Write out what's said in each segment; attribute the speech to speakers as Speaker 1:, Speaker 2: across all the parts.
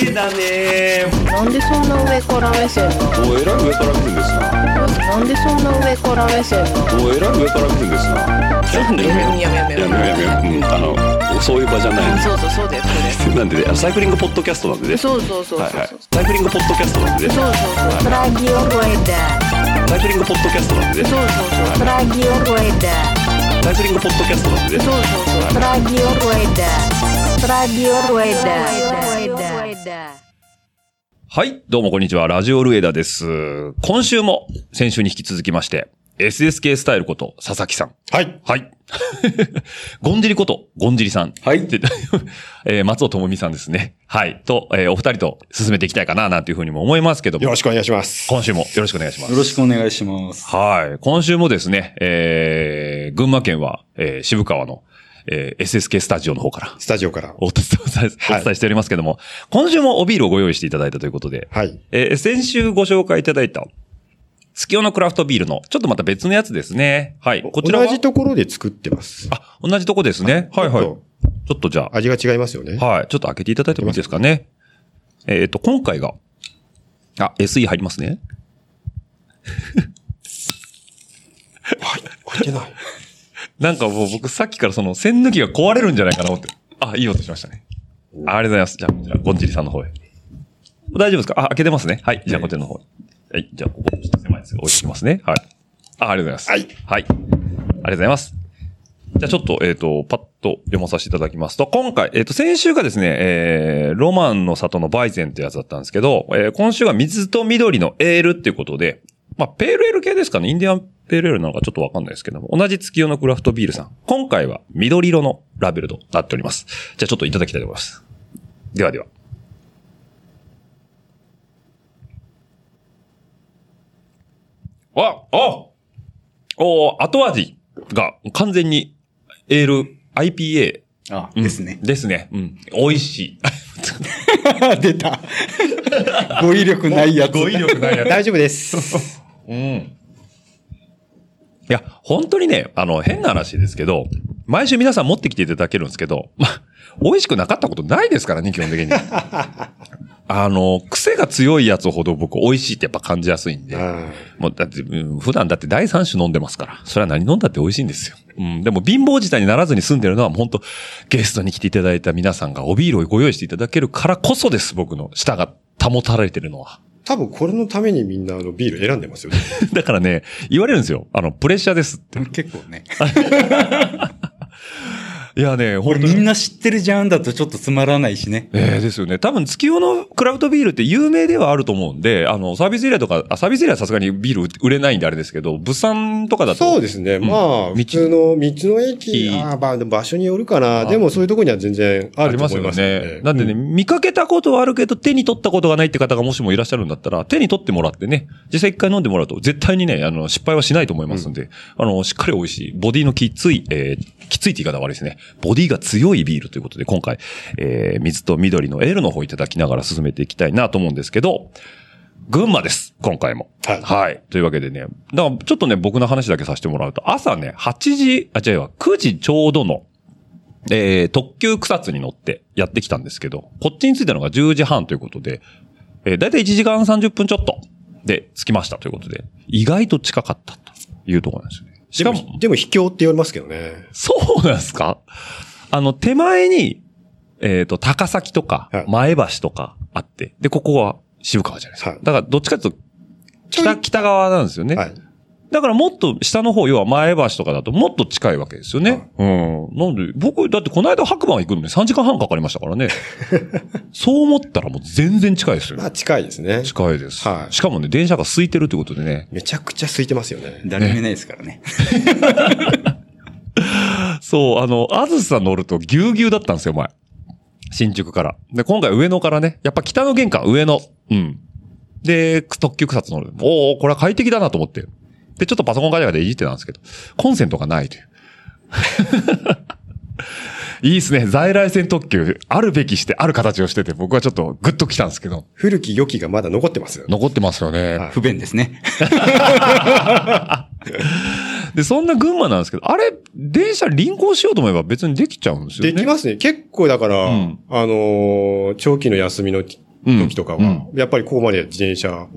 Speaker 1: IPA だね
Speaker 2: なんでそんな上から目線なの
Speaker 1: おえらい上から来るんですな
Speaker 2: なんでそんな上から目線なの
Speaker 1: おえらい上から来るんですなちょっとねやめよう
Speaker 2: やめようやめよう
Speaker 1: やめようやめよううんあのそういう場じゃないです
Speaker 2: そうそうそうだよ
Speaker 1: なんでねあのサイクリングポッドキャストなんでね
Speaker 2: それそうそうそうそう
Speaker 1: はい
Speaker 2: そう
Speaker 1: はいサイクリングポッドキャストなんでね
Speaker 2: そうそうそう
Speaker 3: ラジオルエ
Speaker 1: サイクリングポッドキャストなんでね
Speaker 2: そうそうそう
Speaker 3: ダラジオルエダ
Speaker 1: サイクリングポッドキャストなんでね
Speaker 2: そうそうそう
Speaker 3: ラジオルエダラジオルエダ
Speaker 1: はい、どうもこんにちは。ラジオルエダです。今週も先週に引き続きまして、SSK スタイルこと佐々木さん。
Speaker 4: はい
Speaker 1: はい。 ゴンジリこと、ゴンジリさん。
Speaker 4: はい
Speaker 1: って 言ってえー松尾智美さんですね。はい。と、えーお二人と進めていきたいかな、なんていうふうにも思いますけど
Speaker 4: よ
Speaker 1: も
Speaker 4: ろ、しくお願いします
Speaker 1: 今週もよろしくお願いします
Speaker 5: よ。ろしくお願いします。
Speaker 1: はい。今週もですね、えー、群馬県は、えー渋川の、えー SSK スタジオの方から
Speaker 4: スタジオから
Speaker 1: お伝えお伝えお伝えしておりますけども、今週もおビールをご用意していただいたということで、
Speaker 4: はい
Speaker 1: えー先週ご紹介いただいた、スキオのクラフトビールの、ちょっとまた別のやつですね。はい。こちらは
Speaker 4: 同じところで作ってます
Speaker 1: あ、同じとこですね。はいはい。
Speaker 4: ち
Speaker 1: ち
Speaker 4: ょ
Speaker 1: ょっとじゃ
Speaker 4: 味が違いますよね
Speaker 1: あ、はい。ちょっと開けていただいてもいいですかね。えっ、と、今回が、あ、SE 入りますね。
Speaker 4: 入ってない
Speaker 1: なんかもう僕さっきからその栓抜きが壊れるんじゃないかなと思って。あ、いい音しましたね。ありがとうございます。じゃあ、じゃあゴンチリさんの方へ。大丈夫ですかあ、開けてますね。はい。じゃあ、こちらの方へ。はい。じゃあ、ここ、ちょっと狭いですが置いてきますね。はい。あ、ありがとうございます。
Speaker 4: はい。
Speaker 1: はい。ありがとうございます。じゃあ、ちょっと、えっ、と、パッと読まさせていただきますと、今回、えっ、と、先週がですね、えー、ロマンの里のバイゼンってやつだったんですけど、えー、今週は水と緑のエールっていうことで、まあ、ペールエール系ですかね。インディアンペールエールなのかちょっとわかんないですけども、同じ月夜のクラフトビールさん。今回は緑色のラベルとなっております。じゃあ、ちょっといただきたいと思います。ではでは。あ、あおー後味が完全にエール、IPA。
Speaker 5: あ、
Speaker 1: うん
Speaker 5: ですね。
Speaker 1: ですね。うん。美味しい。
Speaker 5: 出た。 語彙力ないやつ。
Speaker 1: 語彙力ないやつ
Speaker 4: 大丈夫 です。
Speaker 1: うん。いや、本当にね、あの、変な話ですけど、毎週皆さん持ってきていただけるんですけど、まあ、美味しくなかったことないですからね、基本的に。あの、癖が強いやつほど僕、美味しいってやっぱ感じやすいんで。
Speaker 4: あ
Speaker 1: もうだって、うん普段だって第三種飲んでますから、それは何飲んだって美味しいんですよ。うん、でも貧乏自体にならずに済んでるのは、本当ゲストに来ていただいた皆さんがおビールをご用意していただけるからこそです、僕の舌が保たれてるのは。
Speaker 4: ー多分これのためにみんなあのビール選んでますよね。
Speaker 1: だからね、言われるんですよ。あの、プレッシャーですって。
Speaker 5: 結構 ね。
Speaker 1: いやね、
Speaker 5: こ
Speaker 1: 本
Speaker 5: れ
Speaker 1: 当
Speaker 5: み
Speaker 1: に。
Speaker 5: んな知ってるジャンだとちょっとつまらないしね。
Speaker 1: ええですよね。多分、月夜のクラフトビールって有名ではあると思うんで、あの、サービスエリアとか、あサービスエリアはさすがにビール売れないんであれですけど、物産とかだと。
Speaker 4: そうですね。
Speaker 1: うん
Speaker 4: まあ、
Speaker 1: 道
Speaker 4: 普通の道の
Speaker 1: い
Speaker 4: 駅、
Speaker 1: い
Speaker 4: あーまあでも場所によるかな。
Speaker 1: あ
Speaker 4: でもそういうところには全然あ
Speaker 1: あ
Speaker 4: る
Speaker 1: り
Speaker 4: と
Speaker 1: ます
Speaker 4: 思い
Speaker 1: よ
Speaker 4: ます
Speaker 1: ね。だ
Speaker 4: だ
Speaker 1: ってね、見かけたことはあるけど、手に取ったことがないって方がもしもいらっしゃるんだったら、手に取ってもらってね、実際一回飲んでもらうと、絶対にね、あの、失敗はしないと思いますんで、あの、しっかり美味しい、ボディのきつい、えーきついって言い方悪いですね。ボディが強いビールということで、今回、えー水と緑のエールの方いただきながら進めていきたいなと思うんですけど、群馬です、今回も。
Speaker 4: はい
Speaker 1: はい。というわけでね。だから、ちょっとね、僕の話だけさせてもらうと、朝ね、8時、あ、違うわ、9時ちょうどの、えー、特急草津に乗ってやってきたんですけど、こっちに着いたのが10時半ということで、えー、だいたい1時間30分ちょっとで着きましたということで、意外と近かったというところなんですよね。しか
Speaker 4: でも、
Speaker 1: も、
Speaker 4: でも秘境って言われますけどね。
Speaker 1: そうなんですかあの、手前に、えっ、と、高崎とか
Speaker 4: はい、
Speaker 1: 前橋とかあって、で、ここは渋川じゃないですか。
Speaker 4: はい
Speaker 1: だから、どっちかというと、
Speaker 4: ちょ
Speaker 1: 北、
Speaker 4: い
Speaker 1: 北側なんですよね。
Speaker 4: はい。
Speaker 1: だからもっと下の方、要は前橋とかだともっと近いわけですよね。うん。なんで、僕、だってこの間白馬行くのに3時間半かかりましたか らね。そう思ったらもう全然近いですよ
Speaker 4: ま
Speaker 1: ね。
Speaker 4: あ近いですね。
Speaker 1: 近いです。
Speaker 4: はい
Speaker 1: しかもね、電車が空いてるということでね。
Speaker 4: めちゃくちゃ空いてますよね。
Speaker 5: 誰もいないですからね。
Speaker 1: そう、あの、あずさ乗るとぎゅうぎゅうだったんですよ、前。新宿から。で、今回上野からね。やっぱ北の玄関、上野。うん。で、特急草津乗る。おおこれは快適だなと思って。 で、ちょっとパソコンガチャガチャいじってたんですけど、コンセントがないという。
Speaker 4: いいですね。在来線特急、あるべきしてある形をしてて、僕はちょっとグッときたんですけど、
Speaker 6: 古き良きがまだ残ってますよ。
Speaker 4: 残ってますよね。
Speaker 5: 不便ですね。
Speaker 1: で、そんな群馬なんですけど、あれ、電車輪行しようと思えば別にできちゃうんですよね。
Speaker 6: できますね。結構だから、
Speaker 1: うん
Speaker 6: あのー長期の休みの時
Speaker 1: うん
Speaker 6: とかは、
Speaker 1: うん
Speaker 6: やっぱりここまで自転車を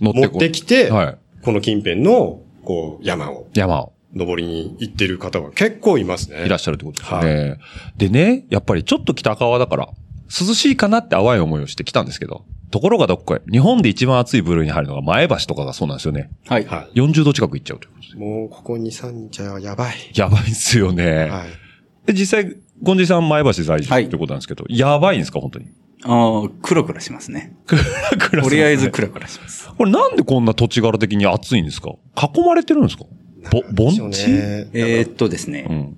Speaker 1: 乗
Speaker 6: 持
Speaker 1: ってこい
Speaker 6: ってきて、
Speaker 1: はい。
Speaker 6: この近辺の、こう、山を
Speaker 1: 山を
Speaker 6: 登りに行ってる方は結構いますね。
Speaker 1: いらっしゃるってことですよね。でね、やっぱりちょっと北側だから、涼しいかなって淡い思いをしてきたんですけど、ところがどっこい、日本で一番暑い部類に入るのが前橋とかがそうなんですよね。
Speaker 5: はい。
Speaker 6: は
Speaker 1: 40度近く行っちゃうということです。
Speaker 6: い。もう、ここ2、3日はやばい。
Speaker 1: やばいですよね。
Speaker 6: はい。
Speaker 1: で、実際、ゴンジさん前橋在住
Speaker 5: は
Speaker 1: っ
Speaker 5: い
Speaker 1: てことなんですけど、やばいんですか、本当に。
Speaker 5: ああ、クラクラしますね。とりあえずクラクラします。
Speaker 1: これなんでこんな土地柄的に暑いんですか囲まれてるんですかぼ、盆地、
Speaker 5: えーっとです
Speaker 1: う
Speaker 5: ね、
Speaker 1: ん。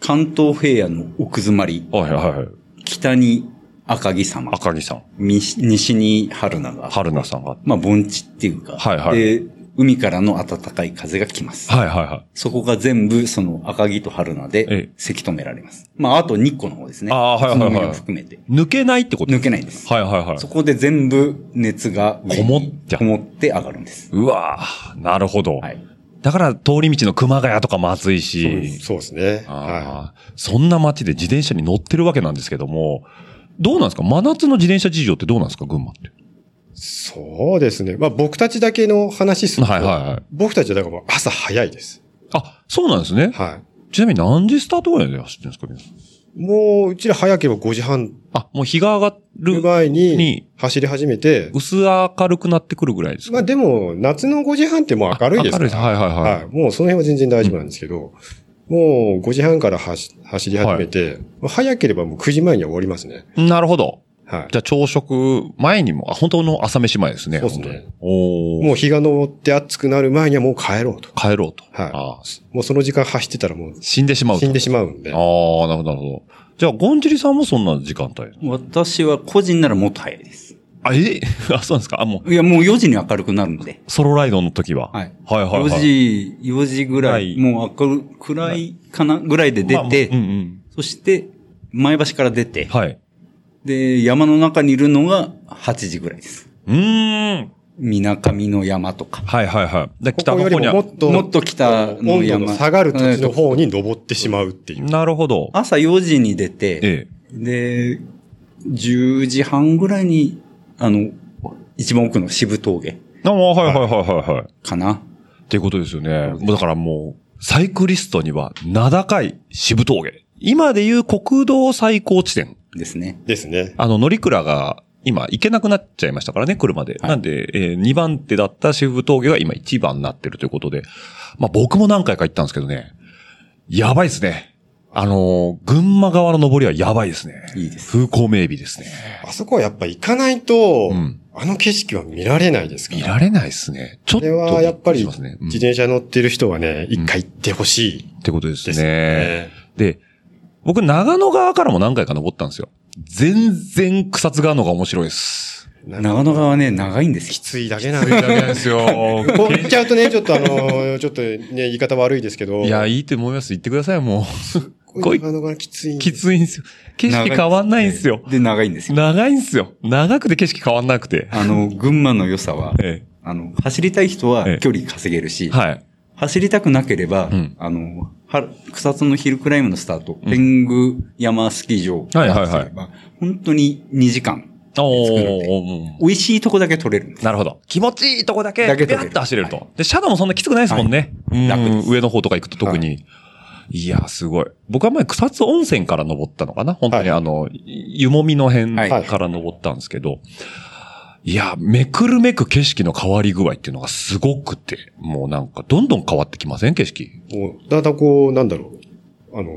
Speaker 5: 関東平野の奥詰まり、
Speaker 1: はいはいはい。
Speaker 5: 北に赤城様、
Speaker 1: 赤木さん、
Speaker 5: みし西に春菜が、
Speaker 1: 春菜さんが。
Speaker 5: まあ盆地っていうか、
Speaker 1: はいはい
Speaker 5: で、海からの暖かい風が来ます。
Speaker 1: はいはいはい。
Speaker 5: そこが全部その赤城と春菜
Speaker 1: え
Speaker 5: で
Speaker 1: え
Speaker 5: せき止められます。まああと日光の方ですね。
Speaker 1: あーはいはいは
Speaker 5: 宇
Speaker 1: い
Speaker 5: 都宮も含めて。
Speaker 1: 抜けないってこと
Speaker 5: 抜けないです。
Speaker 1: はいはいはい。
Speaker 5: そこで全部熱が上に
Speaker 1: こもっちゃう
Speaker 5: こもって上がるんです。
Speaker 1: うわぁ、なるほど。
Speaker 5: はい。
Speaker 1: だから通り道の熊谷とかも暑い
Speaker 6: そう
Speaker 1: し、
Speaker 6: そうですね。は
Speaker 1: あーそんな街で自転車に乗ってるわけなんですけども、どうなんですか真夏の自転車事情ってどうなんですか群馬って。
Speaker 6: い。そうですね。まあ、僕たちだけの話すると、
Speaker 1: はいはいはい。
Speaker 6: 僕たちはだからもう朝早いです。
Speaker 1: あ、そうなんですね。
Speaker 6: はい。ち
Speaker 1: ちなみに何時スタートぐらいで走ってるんですか皆さん
Speaker 6: もう、うちら早ければ5時半
Speaker 1: あ、もう日が上がる
Speaker 6: 前に
Speaker 1: に
Speaker 6: 走り始めて、
Speaker 1: 薄明るくなってくるぐらいですか
Speaker 6: まあでも、夏の5時半ってもう明るいですか
Speaker 1: 明
Speaker 6: ら。
Speaker 1: るいです。はいはいはい。
Speaker 6: はい。もうその辺は全然大丈夫なんですけど、もう5時半から走走り始めて、もう早ければもう9時前には終わりますね。
Speaker 1: なるほど。
Speaker 6: は
Speaker 1: じゃあ朝食前にも、あ、本当の朝飯前ですね。
Speaker 6: そうですね
Speaker 1: 本当に
Speaker 6: い。
Speaker 1: お
Speaker 6: も
Speaker 1: も
Speaker 6: う
Speaker 1: う
Speaker 6: 日が昇って暑くなる前にはもう帰ろうと。
Speaker 1: 帰ろうと。
Speaker 6: はい
Speaker 1: ああ
Speaker 6: もうその時間走ってたらもう
Speaker 1: 死んでしまうと。
Speaker 6: 死んでしまうんで。
Speaker 1: ああ、なるほど、なるほど。じゃあ、ゴンジリさんもそんな時間帯
Speaker 5: 私は個人ならもっと早いです。
Speaker 1: あ、え あ、そうなんですかあ、も
Speaker 5: いや、もう4時に明るくなるので。
Speaker 1: う、ソロライドの時は。
Speaker 5: はい。
Speaker 1: はいはいはい。
Speaker 5: 4時、4時ぐら
Speaker 1: はい
Speaker 5: い、もう明るく、暗いかなぐらいで出
Speaker 1: まあ
Speaker 5: て、
Speaker 1: うんうん。
Speaker 5: そして、前橋から出て、
Speaker 1: はい。
Speaker 5: で、山の中にいるのが8時ぐらいです。
Speaker 1: うーん。
Speaker 5: 水上の山とか。
Speaker 1: はいはいはい。で、
Speaker 6: こ
Speaker 1: 北
Speaker 6: こ
Speaker 1: の
Speaker 6: より
Speaker 1: 方に
Speaker 6: も
Speaker 1: は
Speaker 6: もっと、
Speaker 5: もっと北の
Speaker 6: 温度
Speaker 5: 山。
Speaker 6: の下がる土地の方に登ってしまうっていう。
Speaker 1: なるほど。
Speaker 5: 朝4時に出て、
Speaker 1: ええ。
Speaker 5: で、10時半ぐらいに、あの、一番奥の渋峠
Speaker 1: あ、もう、はいはいはいはいはい。
Speaker 5: かな。
Speaker 1: っていうことですよね。もうだからもう、サイクリストには名高い渋峠。今でいう国道最高地点。
Speaker 5: ですね。
Speaker 6: ですね。
Speaker 1: あの、乗鞍が今行けなくなっちゃいましたからね、車で。
Speaker 5: はい
Speaker 1: なんで、え2番手だった渋峠が今1番になってるということで。まあ僕も何回か行ったんですけどね。やばいですね。あのー群馬側の登りはやばいですね。
Speaker 5: いいです。
Speaker 1: 風光明媚ですね。
Speaker 6: あそこはやっぱ行かないと、
Speaker 1: うん
Speaker 6: あの景色は見られないですから。
Speaker 1: 見られないですね。ちょっ
Speaker 6: ことれはやっぱ
Speaker 1: び
Speaker 6: り、
Speaker 1: くしますねうん
Speaker 6: 自転車乗ってる人はね、一回行ってほしい
Speaker 1: ってことです
Speaker 6: です
Speaker 1: ね。
Speaker 6: ね。
Speaker 1: で、僕、長野側からも何回か登ったんですよ。全然草津川の方が面白いです。
Speaker 5: 長野川ね、長いんです
Speaker 6: き
Speaker 5: よ。
Speaker 6: ついだけなん
Speaker 1: い
Speaker 6: で。
Speaker 1: ないで すよ。
Speaker 6: こう言っちゃうとね、ちょっとあのー、ちょっとね、言い方悪いですけど。
Speaker 1: いや、いいと思います。言ってください、 も
Speaker 6: こういうのがきつい。
Speaker 1: う。きついんですよ。景色変わんないんですよ。
Speaker 5: で、長いんですよ。
Speaker 1: 長いんですよ。長くて景色変わんなくて。
Speaker 5: あの、群馬の良さは、
Speaker 1: え
Speaker 5: あの、走りたい人
Speaker 1: ええ
Speaker 5: は距離稼げる
Speaker 1: え
Speaker 5: し、
Speaker 1: はい。
Speaker 5: 走りたくなければ、
Speaker 1: うん
Speaker 5: あの、は草津のヒルクライムのスタート、天狗山スキー場
Speaker 1: はいはいはい
Speaker 5: すれば本当に2時間、
Speaker 1: お
Speaker 5: 作るんで
Speaker 1: ー。
Speaker 5: 美味しいとこだけ取れるんです。
Speaker 1: なるほど。気持ちいいとこだけ、
Speaker 5: だけ
Speaker 1: ピ
Speaker 5: 取れる
Speaker 1: ラッと走れると。で、シャドウもそんなきつくないですもんね。うん
Speaker 5: 楽です
Speaker 1: 上の方とか行くと特に。いや、すごい。僕は前草津温泉から登ったのかな本当に
Speaker 6: は
Speaker 1: あの、湯もみの辺から登ったんですけど。いや、めくるめく景色の変わり具合っていうのがすごくて、もうなんか、どんどん変わってきません景色。
Speaker 6: もう、だんだんこう、なんだろう。あの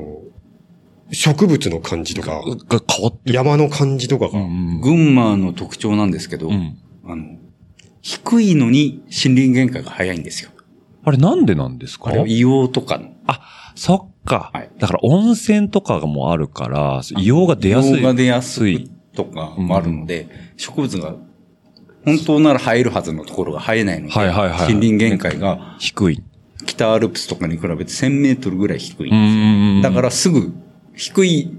Speaker 6: ー、植物の感じとか、
Speaker 1: が変わってる。
Speaker 6: 山の感じとか
Speaker 1: う
Speaker 6: が。
Speaker 1: ん。
Speaker 5: 群馬の特徴なんですけど、
Speaker 1: うん。
Speaker 5: あの、低いのに森林限界が早いんですよ。
Speaker 1: あれなんでなんですか
Speaker 5: あれは硫黄とかの。
Speaker 1: あ、そっか。
Speaker 5: はい
Speaker 1: だから温泉とかがもうあるから、硫黄が出やすい。
Speaker 5: 硫黄が出やすいとかもあるので、植物が本当なら生えるはずのところが生えないので、
Speaker 1: はいはいはい
Speaker 5: 森林限界が
Speaker 1: 低い。
Speaker 5: 北アルプスとかに比べて1000メートルぐらい低い。
Speaker 1: うんうんうん。
Speaker 5: だからすぐ低い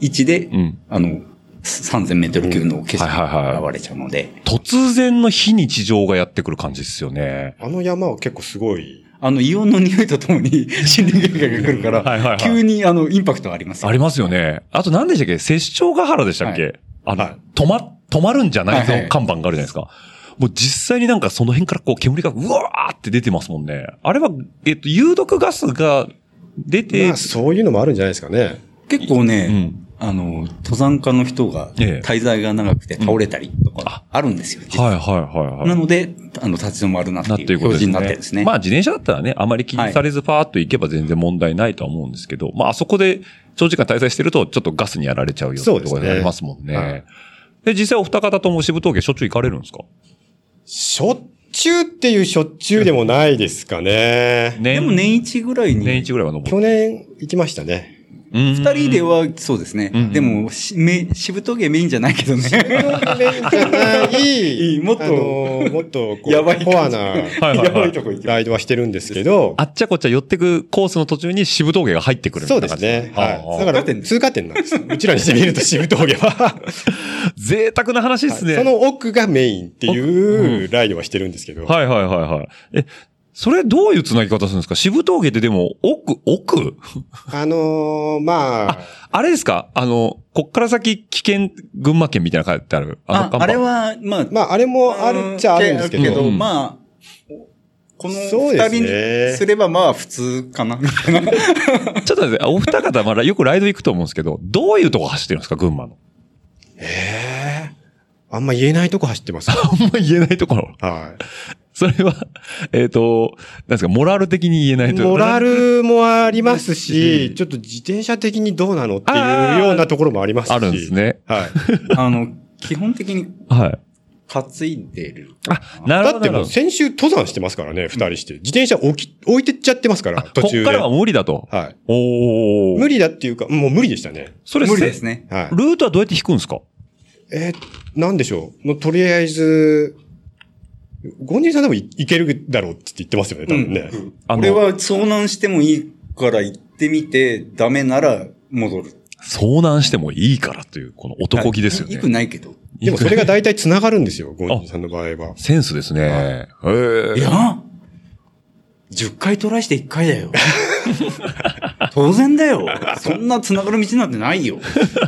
Speaker 5: 位置で、
Speaker 1: うん。
Speaker 5: あの、3000メートル級の景色
Speaker 1: はいはい
Speaker 5: が
Speaker 1: は
Speaker 5: 現れちゃうので、
Speaker 1: 突然の非日常がやってくる感じですよね。
Speaker 6: あの山は結構すごい。
Speaker 5: あの、硫黄の匂いとともに 森林限界が来るから、
Speaker 1: はいはいはい
Speaker 5: 急にあの、インパクトありますよ
Speaker 1: ありますよね。あと何でしたっけ摂政ヶ原でしたっけ、
Speaker 5: は
Speaker 1: あの、
Speaker 6: はい
Speaker 1: 止ま、止まるんじゃないぞ、
Speaker 5: はいはい
Speaker 1: 看板があるじゃないですか。もう実際になんかその辺からこう煙がうわーって出てますもんね。あれは、えっと、有毒ガスが出て、
Speaker 6: まあ、そういうのもあるんじゃないですかね。
Speaker 5: 結構
Speaker 1: う
Speaker 5: ね、
Speaker 1: ん。
Speaker 5: あの、登山家の人が、
Speaker 1: ええ
Speaker 5: 滞在が長くて倒れたりとか、あるんですよ、実
Speaker 1: はい
Speaker 5: は
Speaker 1: はいはいはい。
Speaker 5: なので、あの、立ち止まるなって
Speaker 1: なってい
Speaker 5: いうう
Speaker 1: こと
Speaker 5: 表
Speaker 1: です
Speaker 5: 示
Speaker 1: ね。
Speaker 5: になってるんですね。
Speaker 1: まあ自転車だったらね、あまり気にされずパーッと行けば全然問題ないとは思うんですけど、まああそこで長時間滞在してるとちょっとガスにやられちゃうよって
Speaker 6: そう
Speaker 1: と
Speaker 6: です
Speaker 1: こ
Speaker 6: ね
Speaker 1: ろになりますもんね。で
Speaker 6: はい
Speaker 1: 実際お二方とも渋峠しょっちゅう行かれるんですか
Speaker 6: しょっちゅうっていうしょっちゅうでもないですかね。
Speaker 5: で
Speaker 1: 年、
Speaker 5: も年一ぐらいに、
Speaker 1: 年
Speaker 5: 二
Speaker 1: 一ぐらいは登る。
Speaker 6: 去年行きましたね。
Speaker 1: 二
Speaker 5: 人ではそうですね。
Speaker 1: うん
Speaker 5: でも、しめ、しぶとげメインじゃないけどね。
Speaker 6: い
Speaker 5: いいもっと
Speaker 6: あのもっとこう、
Speaker 5: やばい感じ
Speaker 6: コアな
Speaker 1: はいはいはい
Speaker 5: やばいとこ行きま
Speaker 6: ライドはしてるんですけど
Speaker 1: あ、っちゃこっちゃ寄ってくコースの途中に渋峠が入ってくるみた
Speaker 6: そ
Speaker 1: い
Speaker 6: で
Speaker 1: うな感
Speaker 6: す
Speaker 1: じ
Speaker 6: ね。はい。
Speaker 1: は
Speaker 6: だ
Speaker 1: い
Speaker 6: から、通過点なんです。うちらにしてみると渋峠は。
Speaker 1: 贅沢な話 ですね。
Speaker 6: その奥がメインっていうライドはしてるんですけど。
Speaker 1: はいはいはいはい。え、それどういう繋ぎ方するんですか渋峠ってでも奥、奥
Speaker 6: あのー、まあ、
Speaker 1: あれですかあの、こっから先危険群馬県みたいなの書いてあるの
Speaker 5: あ
Speaker 1: 看板
Speaker 5: あれは、まあ、
Speaker 6: まあ、あれもあるっちゃあるんですけ
Speaker 5: け
Speaker 6: ど。
Speaker 5: ど、
Speaker 1: うん
Speaker 5: まあ、この
Speaker 6: そうです
Speaker 5: 二
Speaker 6: ね
Speaker 5: 人にすればまあ普通かな、みた いな。
Speaker 1: ちょっと待って、お二方まだよくライド行くと思うんですけど、どういうとこ走ってるんですか群馬の。
Speaker 6: ええあんま言えないとこ走ってます。は
Speaker 1: あんま言えないところ。
Speaker 6: い。
Speaker 1: それは、えっ、と、なんですか、モラル的に言えないと
Speaker 6: モラルもあります
Speaker 1: う
Speaker 6: し、
Speaker 1: ん
Speaker 6: ちょっと自転車的にどうなのって
Speaker 1: あ
Speaker 6: い
Speaker 1: ー
Speaker 6: うようなところもありますし。
Speaker 1: あるんです。ね。
Speaker 6: はい。
Speaker 5: あの、基本的に
Speaker 1: はい。
Speaker 5: 担いでる。
Speaker 1: あ、 なるほ
Speaker 6: だ
Speaker 1: ど。
Speaker 6: ってもう先週登山してますからね、二人して。自転車置き、置いてっちゃってますから、途
Speaker 1: こ
Speaker 6: 中
Speaker 1: っ
Speaker 6: で。
Speaker 1: からは無理だと。
Speaker 6: はい。
Speaker 1: おお。
Speaker 6: 無理だっていうか、もう無理でしたね。
Speaker 1: それ
Speaker 5: 無理ですね。
Speaker 6: はい
Speaker 1: せ。ルートはどうやって引くんですか
Speaker 6: えーなんでしょう。もうとりあえず、ゴンジンさんでもいいけるだろうって言ってますよね、多分ね。
Speaker 1: あ
Speaker 5: 俺は遭難してもいいから行ってみて、ダメなら戻る。
Speaker 1: 遭難してもいいからという、この男気ですよね。
Speaker 5: よくないけど。
Speaker 6: でもそれが大体繋がるんですよ、ゴンジンさんの場合は。
Speaker 1: センスですね。へ
Speaker 5: い
Speaker 1: え。
Speaker 5: や !10 回トライして1回だ よ。当然だよ。そんな繋がる道なんてないよ。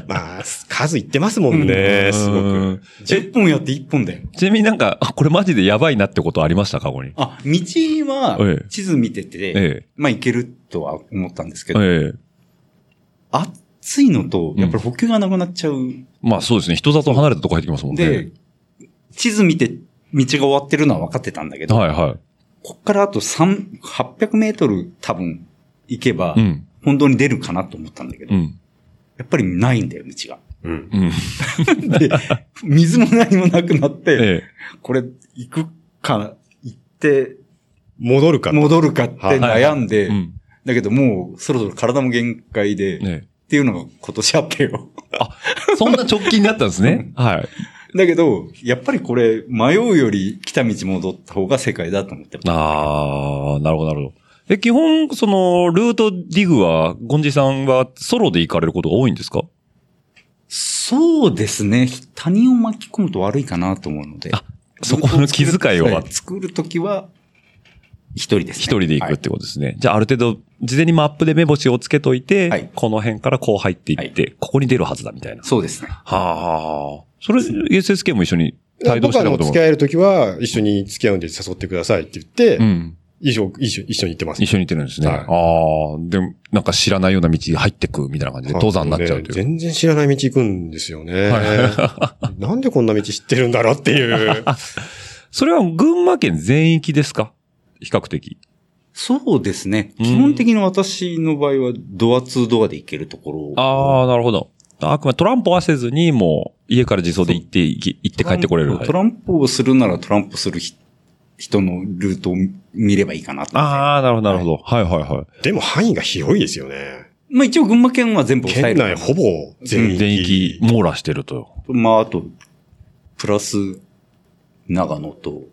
Speaker 6: まあ、数言ってますもんね、すご
Speaker 1: う
Speaker 6: く。
Speaker 1: ん
Speaker 5: 10本やって1本だよ。
Speaker 1: ちなみになんか、あこれマジでやばいなってことありましたか、ここに。
Speaker 5: あ、道
Speaker 1: え
Speaker 5: は
Speaker 1: え
Speaker 5: 地図見てて、
Speaker 1: え
Speaker 5: まあ行けるとは思ったんですけ
Speaker 1: え。
Speaker 5: ど、
Speaker 1: ええ。
Speaker 5: 暑いのと、やっぱり補給がなくなっちゃう。
Speaker 1: まあそうですね。人里離れたとこ入ってきますもんね
Speaker 5: で。、地図見て道が終わってるのは分かってたんだけど、
Speaker 1: はいは
Speaker 5: こっからあと3、800メートル多分行けば
Speaker 1: い。う、ん。
Speaker 5: 本当に出るかなと思ったんだけど、
Speaker 1: うん。
Speaker 5: やっぱりないんだよ、道が。
Speaker 6: うん。
Speaker 1: うん。
Speaker 5: で、水も何もなくなって、
Speaker 1: ええ。
Speaker 5: これ、行くか、行って、
Speaker 6: 戻るか。
Speaker 5: 戻るかって悩んで
Speaker 1: う、ん。
Speaker 5: だけどもう、そろそろ体も限界で、っ
Speaker 1: ね
Speaker 5: ていうのが今年あったよ。
Speaker 1: えそんな直近だったんです ね。はい。
Speaker 5: だけど、やっぱりこれ、迷うより来た道戻った方が世界だと思ってます。
Speaker 1: あー、なるほど、なるほど。え、基本、その、ルートディグは、ゴンジさんはソロで行かれることが多いんですか
Speaker 5: そうですね。他人を巻き込むと悪いかなと思うので。
Speaker 1: あそこの気遣いは
Speaker 5: 作るときは、一人です、ね。
Speaker 1: 一人で行
Speaker 5: は
Speaker 1: くっ
Speaker 5: い
Speaker 1: てことですね。じゃあ、ある程度、事前にマップで目星をつけといて、
Speaker 5: はい
Speaker 1: この辺からこう入っていって、ここに出るはずだみたいな。
Speaker 5: そうですね。
Speaker 1: はあ。それ、SSK も一緒に帯
Speaker 6: 僕
Speaker 1: 同して
Speaker 6: はあの
Speaker 1: たこと
Speaker 6: 付き。
Speaker 1: も
Speaker 6: 合えるときは、一緒に付き合うんで誘ってくださいって言って、
Speaker 1: うん。
Speaker 6: 一緒、一緒、一緒に行ってます。
Speaker 1: 一緒に行ってるんですね。
Speaker 6: はい
Speaker 1: ああ。でも、なんか知らないような道入ってくみたいな感じで、登山になっちゃうという。
Speaker 6: 全然知らない道行くんですよね。なんでこんな道知ってるんだろうって いう。
Speaker 1: それは群馬県全域ですか比較的。
Speaker 5: そうですね。
Speaker 1: うん
Speaker 5: 基本的に私の場合は、ドアツードアで行けるところ。
Speaker 1: ああ、なるほど。あくまでトランポはせずに、もう、家から自走で行って、行き行って帰ってこれる。
Speaker 5: トランプをするならトランプするひ人のルートを見ればいいかなと思って。
Speaker 1: ああ、なるほど、なるほど。はいはいはい。
Speaker 6: でも範囲が広いですよね。
Speaker 5: まあ一応群馬県は全部抑え
Speaker 6: 県
Speaker 5: る。
Speaker 6: 内ほぼ全域。
Speaker 1: 全域網羅してると。
Speaker 5: まああと、プラス、長野と、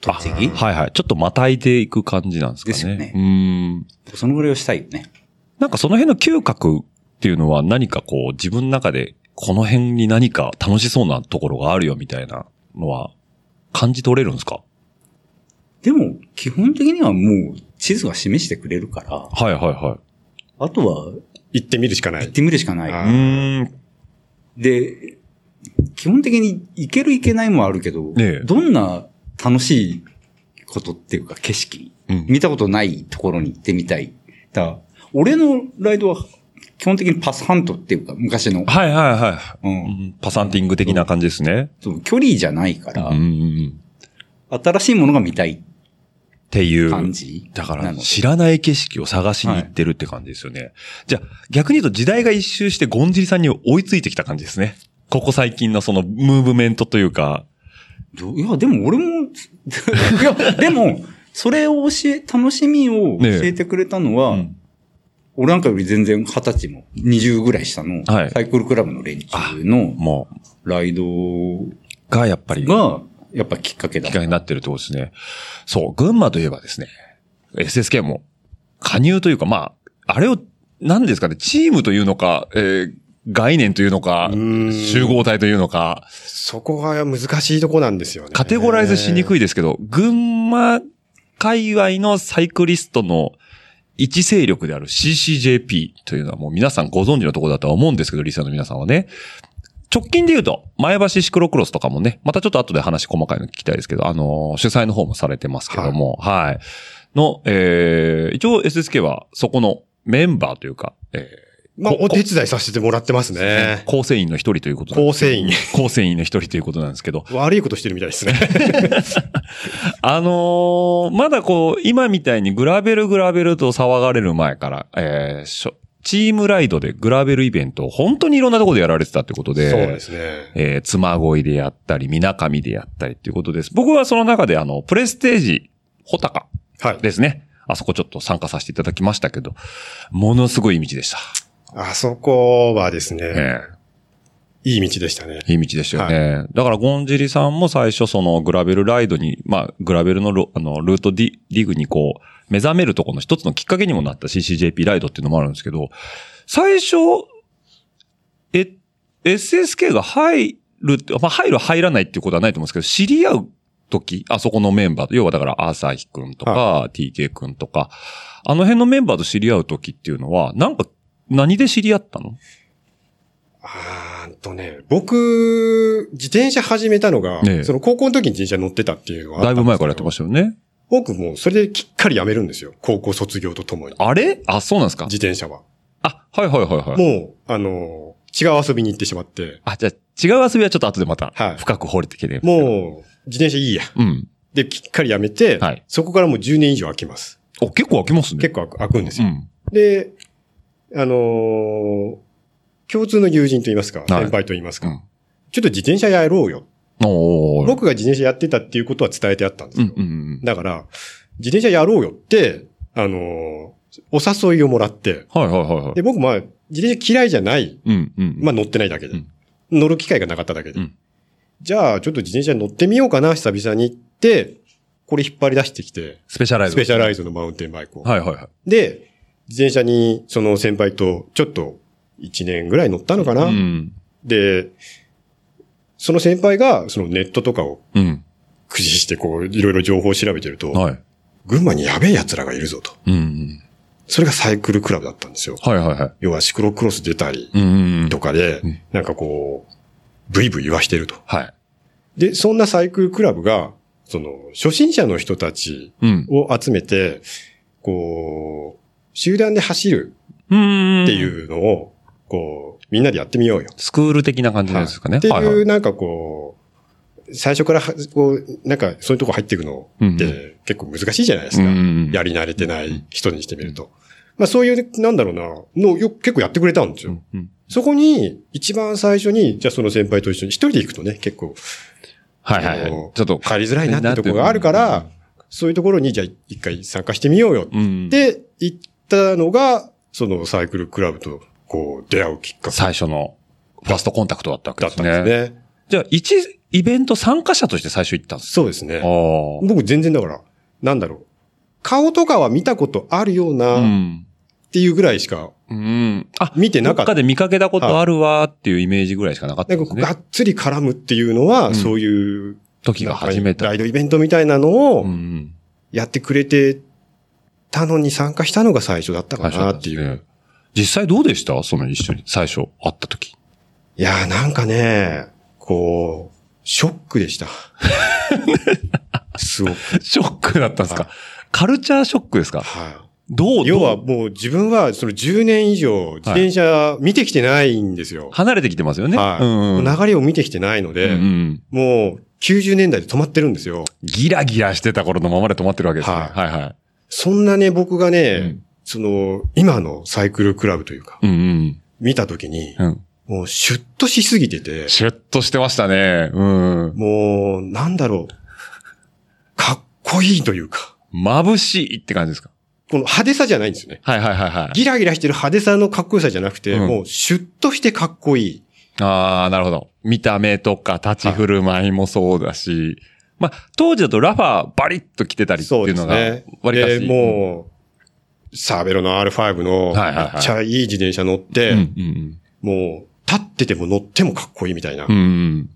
Speaker 5: 栃木
Speaker 1: はいはい。ちょっとまたいでいく感じなんですかね。
Speaker 5: ですよね
Speaker 1: うーん。
Speaker 5: そのぐらいをしたいよね。
Speaker 1: なんかその辺の嗅覚っっていうのは何かこう自分の中でこの辺に何か楽しそうなところがあるよみたいなのは感じ取れるんですか
Speaker 5: でも、基本的にはもう地図が示してくれるから、
Speaker 1: はいはいは
Speaker 5: あとは
Speaker 6: 行ってみるしかな
Speaker 5: 行っ
Speaker 6: い。
Speaker 5: てみるしかない。
Speaker 6: あ
Speaker 1: い。うーん。
Speaker 5: で、基本的に行ける行けないもあるけど、
Speaker 1: ええ
Speaker 5: どんな楽しいことっていうか景色、
Speaker 1: うん
Speaker 5: 見たことないところに行ってみたい。だから俺のライドは基本的にパスハントっていうか昔の、
Speaker 1: はいはいは
Speaker 5: う、
Speaker 1: いうんん。パサンティング的な感じですね。
Speaker 5: そう距離じゃないから、
Speaker 1: うんうんうん。
Speaker 5: 新しいものが見たい
Speaker 1: っていう。
Speaker 5: 感じ
Speaker 1: だか
Speaker 5: な
Speaker 1: ら、
Speaker 5: の
Speaker 1: 知らない景色を探しに行ってるって感じですよね。じゃあ、逆に言うと時代が一周してゴンジリさんに追いついてきた感じですね。ここ最近のそのムーブメントというか、
Speaker 5: どういや、でも俺 も、いや、でも、それを教え、楽しみを教えてくれたのは、
Speaker 1: ねえうん
Speaker 5: 俺なんかより全然二十歳も20ぐらい下の、
Speaker 1: はい
Speaker 5: サイクルクラブの連中の
Speaker 1: もう、
Speaker 5: ライド
Speaker 1: がやっぱり
Speaker 5: が、やっぱきっかけだ
Speaker 1: 機。会になってるってことですね。そう、群馬といえばですね、SSK も加入というか、まあ、あれを、何ですかね、チームというのか、えー概念というのか、
Speaker 6: うん
Speaker 1: 集合体というのか、
Speaker 6: そこが難しいとこなんですよね。
Speaker 1: カテゴライズしにくいですけど、群馬界隈のサイクリストの一勢力である CCJP というのはもう皆さんご存知のところだとは思うんですけど、リスナーの皆さんはね。直近で言うと、前橋シクロクロスとかもね、またちょっと後で話細かいの聞きたいですけど、あのー主催の方もされてますけども、はい、の、えー、一応 SSK はそこのメンバーというか、え
Speaker 6: まあ、お手伝いさせてもらってます
Speaker 1: ー
Speaker 6: ね。
Speaker 1: 構成員の一人ということなんで
Speaker 6: 構
Speaker 1: す
Speaker 6: 成員。
Speaker 1: 構成員の一人ということなんですけど、
Speaker 6: 悪いことしてるみたいですね。
Speaker 1: あのーまだこう、今みたいにグラベルグラベルと騒がれる前から、えーしょチームライドでグラベルイベントを本当にいろんなところでやられてたってことで、
Speaker 6: そうですね。
Speaker 1: えー妻恋でやったり、水上でやったりっていうことです。僕はその中であの、プレステージ、ホタカ
Speaker 6: はい。
Speaker 1: ですね。あそこちょっと参加させていただきましたけど、ものすごい道でした。
Speaker 6: あそこはですね、
Speaker 1: ええ
Speaker 6: いい道でしたね。
Speaker 1: いい道でしたよね。だから、ゴンジリさんも最初、その、グラベルライドに、まあ、グラベルのロあのルートディリグにこう、目覚めるところの一つのきっかけにもなった CCJP ライドっていうのもあるんですけど、最初、え、SSK が入るって、まあ、入る入らないっていうことはないと思うんですけど、知り合う時、あそこのメンバーと、要はだから、アーサーヒ君とか、TK 君とか、あの辺のメンバーと知り合う時っていうのは、なんか、何で知り合ったの
Speaker 6: あーんとね、僕、自転車始めたのが、
Speaker 1: ええ
Speaker 6: その高校の時に自転車乗ってたっていうのは
Speaker 1: だいぶ前からやってま
Speaker 6: し
Speaker 1: したよね。
Speaker 6: た。僕もうそれできっかりやめるんですよ。高校卒業とともに。
Speaker 1: あれあ、そうなんですか
Speaker 6: 自転車は。
Speaker 1: あ、はいはいはいはい。
Speaker 6: もう、あの、違う遊びに行ってしまって、
Speaker 1: あ、じゃあ違う遊びはちょっと後でまた
Speaker 6: はい
Speaker 1: 深く掘れていければ。
Speaker 6: もう、自転車いいや。
Speaker 1: う。うん。
Speaker 6: で、きっかりやめて、
Speaker 1: はい
Speaker 6: そこからもう10年以上空きます。
Speaker 1: お、結構開きますね。
Speaker 6: 結構空く空くんですよ。
Speaker 1: うん。
Speaker 6: で、あのー共通の友人と言いますか、
Speaker 1: い
Speaker 6: 先輩と言いますか、
Speaker 1: うん
Speaker 6: ちょっと自転車やろうよ。
Speaker 1: おー。
Speaker 6: 僕が自転車やってたっていうことは伝えてあったんです
Speaker 1: う
Speaker 6: よ。
Speaker 1: んうんうん。
Speaker 6: だから、自転車やろうよって、あのーお誘いをもらって、
Speaker 1: はいはいはいはい
Speaker 6: で、。僕まあ、自転車嫌いじゃない。
Speaker 1: うんうん。
Speaker 6: まあ乗ってないだけで。
Speaker 1: うん
Speaker 6: 乗る機会がなかっただけで。
Speaker 1: うん
Speaker 6: じゃあ、ちょっと自転車乗ってみようかな、久々にって、これ引っ張り出してきて、
Speaker 1: スペシャライズ。
Speaker 6: スペシャ
Speaker 1: イ
Speaker 6: ライズのマウンテンバイクを。
Speaker 1: はいはいはい。
Speaker 6: で、自転車にその先輩とちょっと1年ぐらい乗ったのかな、
Speaker 1: うん。
Speaker 6: で、その先輩がそのネットとかを
Speaker 1: うん。
Speaker 6: 駆使してこういろいろ情報を調べてると、
Speaker 1: はい。
Speaker 6: 群馬にやべえ奴らがいるぞと。
Speaker 1: うんうん。
Speaker 6: それがサイクルクラブだったんですよ。
Speaker 1: はいはいはい。
Speaker 6: 要はシクロクロス出たり
Speaker 1: うんうんうん。
Speaker 6: とかで
Speaker 1: うん、
Speaker 6: なんかこう、ブイブイ言わしてると。
Speaker 1: はい。
Speaker 6: で、そんなサイクルクラブが、その、初心者の人たち
Speaker 1: うん。
Speaker 6: を集めて、こう、集団で走る
Speaker 1: うん。
Speaker 6: っていうのを、こう、みんなでやってみようよ。
Speaker 1: スクール的な感じなんですかね。
Speaker 6: って
Speaker 1: はいはい
Speaker 6: いう、なんかこう、最初からは、こう、なんかそういうとこ入っていくの
Speaker 1: うんうん
Speaker 6: って結構難しいじゃないですか。
Speaker 1: うんうんうん
Speaker 6: やり慣れてない人にしてみると。まあそういう、なんだろうな、のをよく結構やってくれたんですよ。
Speaker 1: うんうん
Speaker 6: そこに、一番最初に、じゃあその先輩と一緒に、一人で行くとね、結構、
Speaker 1: はいはいは
Speaker 6: あ
Speaker 1: い。ち
Speaker 6: の
Speaker 1: ょっと。
Speaker 6: 帰りづらいなってとこがあるから、そういうところに、じゃあ一回参加してみようよ
Speaker 1: うんうん。
Speaker 6: って言ったのが、そのサイクルクラブと、こう、出会うきっかけ
Speaker 1: 最初のファーストコンタクトだったわけ
Speaker 6: だっ
Speaker 1: です
Speaker 6: たんです
Speaker 1: ね。
Speaker 6: ね。
Speaker 1: じゃあ、一イベント参加者として最初行ったんです
Speaker 6: そうですね。
Speaker 1: ああ。
Speaker 6: 僕全然だから、なんだろう。顔とかは見たことあるような
Speaker 1: う
Speaker 6: っ
Speaker 1: ん。
Speaker 6: ていうぐらいしか
Speaker 1: うん。あ、
Speaker 6: 見てなか
Speaker 1: ど
Speaker 6: っ
Speaker 1: っか
Speaker 6: た。
Speaker 1: で見かけたことあるわっていうイメージぐらいしかなかっ
Speaker 6: な
Speaker 1: た
Speaker 6: ん
Speaker 1: で
Speaker 6: かこ
Speaker 1: す
Speaker 6: う
Speaker 1: ね
Speaker 6: が。っつり絡むっていうのは、
Speaker 1: うん
Speaker 6: そういう、
Speaker 1: 時が初めて。
Speaker 6: ライドイベントみたいなの
Speaker 1: う
Speaker 6: を
Speaker 1: ん。
Speaker 6: やってくれてたのに参加したのが最初だったか
Speaker 1: 最初だ
Speaker 6: な
Speaker 1: った
Speaker 6: っ
Speaker 1: んで
Speaker 6: て
Speaker 1: す
Speaker 6: い
Speaker 1: ね
Speaker 6: う。
Speaker 1: 実際どうでしたその一緒に、最初会った 時。
Speaker 6: いやーなんかね、こう、ショックで した。すごく。
Speaker 1: ショックだったんですかカルチャーショックですか
Speaker 6: は
Speaker 1: どう
Speaker 6: い。要は
Speaker 1: どう
Speaker 6: もう自分はその10年以上自転車見てきてないんですよ。
Speaker 1: 離れてきてますよね。
Speaker 6: はい。
Speaker 1: うんうん。
Speaker 6: 流れを見てきてないので、
Speaker 1: うんうん
Speaker 6: もう90年代で止まってるんですよ。
Speaker 1: ギラギラしてた頃のままで止まってるわけですね。
Speaker 6: は
Speaker 1: はいはい。
Speaker 6: そんなね、僕がね、
Speaker 1: うん
Speaker 6: その、今のサイクルクラブというか、
Speaker 1: うんうん。
Speaker 6: 見たときに、
Speaker 1: うん。
Speaker 6: もうシュッとしすぎてて、
Speaker 1: シュッとしてましたね。うん。
Speaker 6: もう、なんだろう、かっこいいというか、
Speaker 1: 眩しいって感じですか
Speaker 6: この派手さじゃないんですよね。
Speaker 1: はいはいはいはい。
Speaker 6: ギラギラしてる派手さのかっこよさじゃなくて、
Speaker 1: うん
Speaker 6: もうシュッとしてかっこいい。
Speaker 1: ああ、なるほど。見た目とか立ち振る舞いもそうだし、まあ、当時だとラファーバリッと着てたりって
Speaker 6: そう
Speaker 1: い
Speaker 6: で
Speaker 1: うの
Speaker 6: す
Speaker 1: が
Speaker 6: ね。、
Speaker 1: 割かし。
Speaker 6: で、もう、サーベロの R5 の、
Speaker 1: はいはいはい
Speaker 6: めっちゃいい自転車乗っ
Speaker 1: う
Speaker 6: て、
Speaker 1: ん、うん
Speaker 6: もう、立ってても乗ってもかっこいいみたいな、
Speaker 1: うん。うんうん。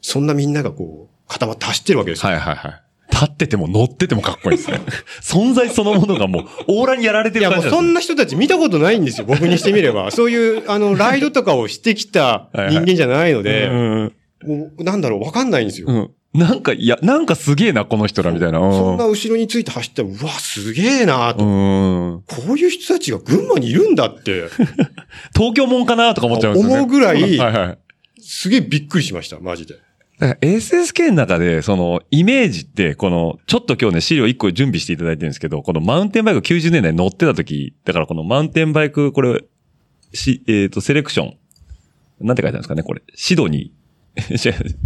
Speaker 6: そんなみんながこう、固まって走ってるわけですよ。
Speaker 1: はいはいはい。立ってても乗っててもかっこい いですね。存在そのものがもう、オーラにやられて
Speaker 6: い
Speaker 1: る
Speaker 6: や、
Speaker 1: 感
Speaker 6: もう
Speaker 1: じ
Speaker 6: そ
Speaker 1: なん
Speaker 6: な人たち見たことないんですよ、僕にしてみれ ば。そういう、あの、ライドとかをしてきた人間じゃないの
Speaker 1: ですね
Speaker 6: で、
Speaker 1: うん
Speaker 6: もうなんだろう、わかんないんですよ。
Speaker 1: うんうん。なんか、いや、なんかすげえな、この人らみたいな。うん
Speaker 6: そんな後ろについて走ったら、うわ、すげえなと。
Speaker 1: うん。
Speaker 6: こういう人たちが群馬にいるんだって、
Speaker 1: 東京もんかなとか思っちゃうんですよね。
Speaker 6: 思うぐらい
Speaker 1: はいはい。
Speaker 6: すげえびっくりしました、マジで。
Speaker 1: だから SSK の中で、その、イメージって、この、ちょっと今日ね、資料1個準備していただいてるんですけど、このマウンテンバイク90年代乗ってた時、だからこのマウンテンバイク、これ、し、えっ、と、セレクション。なんて書いてあるんですかね、これ。シドニー。 違う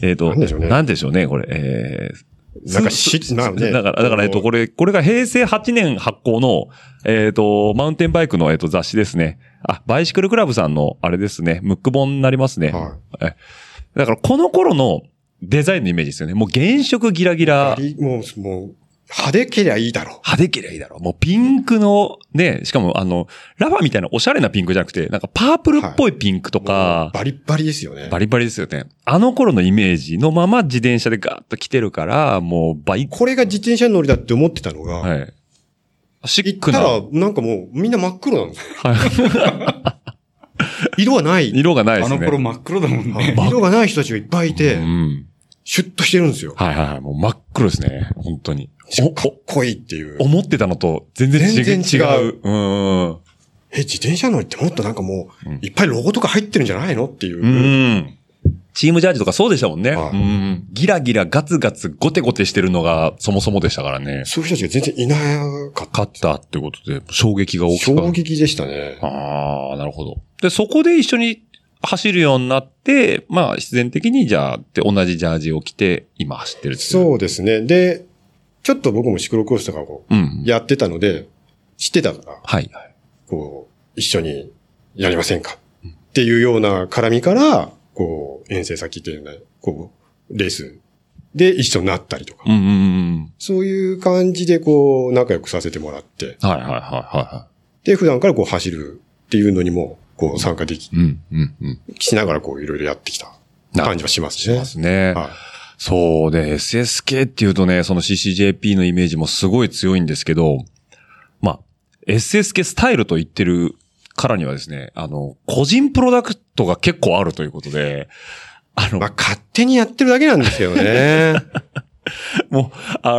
Speaker 1: えっと、
Speaker 6: なんでしょうね
Speaker 1: なんでしょうね、これ。えー
Speaker 6: なんかし
Speaker 1: す
Speaker 6: まあね
Speaker 1: だから、だから、えっと、これ、これが平成8年発行の、えっ、と、マウンテンバイクの、えっと雑誌ですね。あ、バイシクルクラブさんの、あれですね、ムック本になりますね。
Speaker 6: は
Speaker 1: だからこの頃のデザインのイメージですよね。もう原色ギラギラ。
Speaker 6: い。もう、もう、派手けりゃいいだろ
Speaker 1: 派手けりゃいいだろう。もうピンクの、ね、しかもあの、ラファみたいなおしゃれなピンクじゃなくて、なんかパープルっぽいピンクと
Speaker 6: う。
Speaker 1: か、
Speaker 6: もうバリッバリですよね。
Speaker 1: バリバリですよね。あの頃のイメージのまま自転車でガーッと来てるから、もうバイク。
Speaker 6: これが自転車乗りだって思ってたのが、
Speaker 1: はい。シ
Speaker 6: 行
Speaker 1: ッ
Speaker 6: っ
Speaker 1: ク
Speaker 6: た
Speaker 1: な。
Speaker 6: ら、なんかもう、みんな真っ黒なんですよ。
Speaker 1: はい
Speaker 6: 色がない。
Speaker 1: 色がないで
Speaker 5: あ
Speaker 1: すね。
Speaker 5: の頃真っ黒だもんね。
Speaker 6: 色がない人たちがいっぱいいて
Speaker 1: う、ん。
Speaker 6: シュッとしてるんですよ。
Speaker 1: はいはいはい。もう真っ黒ですね。本当に。
Speaker 6: かっこいいっていう
Speaker 1: お。思ってたのと全然違う。
Speaker 6: 全然違う
Speaker 1: うんうん
Speaker 6: え、自転車乗りってもっとなんかもう
Speaker 1: うん、
Speaker 6: いっぱいロゴとか入ってるんじゃないのっていう。
Speaker 1: うん。チームジャージとかそうでしたもんね。
Speaker 6: はい
Speaker 1: うん。ギラギラガツガツゴテゴテしてるのがそもそもでしたからね。
Speaker 6: そういう人たちが全然いなかっ
Speaker 1: 勝ったってことで衝撃が
Speaker 6: た。
Speaker 1: 大きか
Speaker 6: 衝
Speaker 1: っ
Speaker 6: 撃でしたね
Speaker 1: た。。ああ、なるほど。で、そこで一緒に走るようになって、まあ必然的にじゃあ、で同じジャージを着て今走ってるっていう。
Speaker 6: そうですね。で、ちょっと僕もシクロクロスとかを
Speaker 1: うん。
Speaker 6: やってたので、知ってたから、
Speaker 1: はいはい。
Speaker 6: こう、一緒にやりませんかっていうような絡みから、こう、遠征先っていうね、こう、レースで一緒になったりとか
Speaker 1: う、んうんうん
Speaker 6: そういう感じでこう、仲良くさせてもらって、
Speaker 1: うん。はいはいはいは
Speaker 6: で、普段からこう走るっていうのにも、こう参加でき
Speaker 1: いはい。うんうんうん。
Speaker 6: しながらこういろいろやってきた
Speaker 1: な
Speaker 6: 感じはします
Speaker 1: し
Speaker 6: ね
Speaker 1: ま。すね。
Speaker 6: はい
Speaker 1: そうで、SSK っていうとね、その CCJP のイメージもすごい強いんですけど、まあ、SSK スタイルと言ってるからにはですね、あの、個人プロダクトが結構あるということで、あの、
Speaker 6: まあ勝手にやってるだけなんですよね。
Speaker 1: もう、あの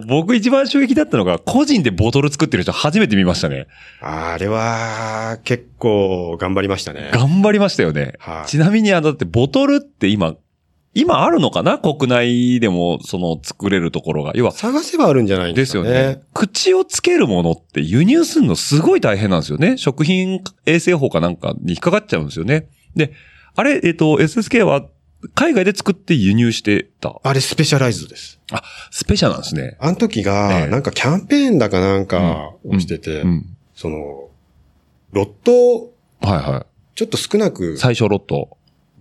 Speaker 1: ー僕一番衝撃だったのが、個人でボトル作ってる人初めて見ましたね。
Speaker 6: あれは結構頑張りましたね。
Speaker 1: 頑張りましたよね。
Speaker 6: はい
Speaker 1: ちなみに、あの、だってボトルって今、今あるのかな国内でも、その、作れるところが。要は、
Speaker 6: 探せばあるんじゃないんで
Speaker 1: です
Speaker 6: す
Speaker 1: よ
Speaker 6: かね。
Speaker 1: ね。口をつけるものって輸入するのすごい大変なんですよね。食品衛生法かなんかに引っかかっちゃうんですよね。で、あれ、えっ、と、SSK は海外で作って輸入してた。
Speaker 6: あれスペシャライズです。
Speaker 1: あ、スペシャルなんですね。
Speaker 6: あの時
Speaker 1: ええ
Speaker 6: が、なんかキャンペーンだかなんかをしてて
Speaker 1: う、ん。
Speaker 6: その、ロット、
Speaker 1: はいは
Speaker 6: ちょっと少なく
Speaker 1: い。最初ロット。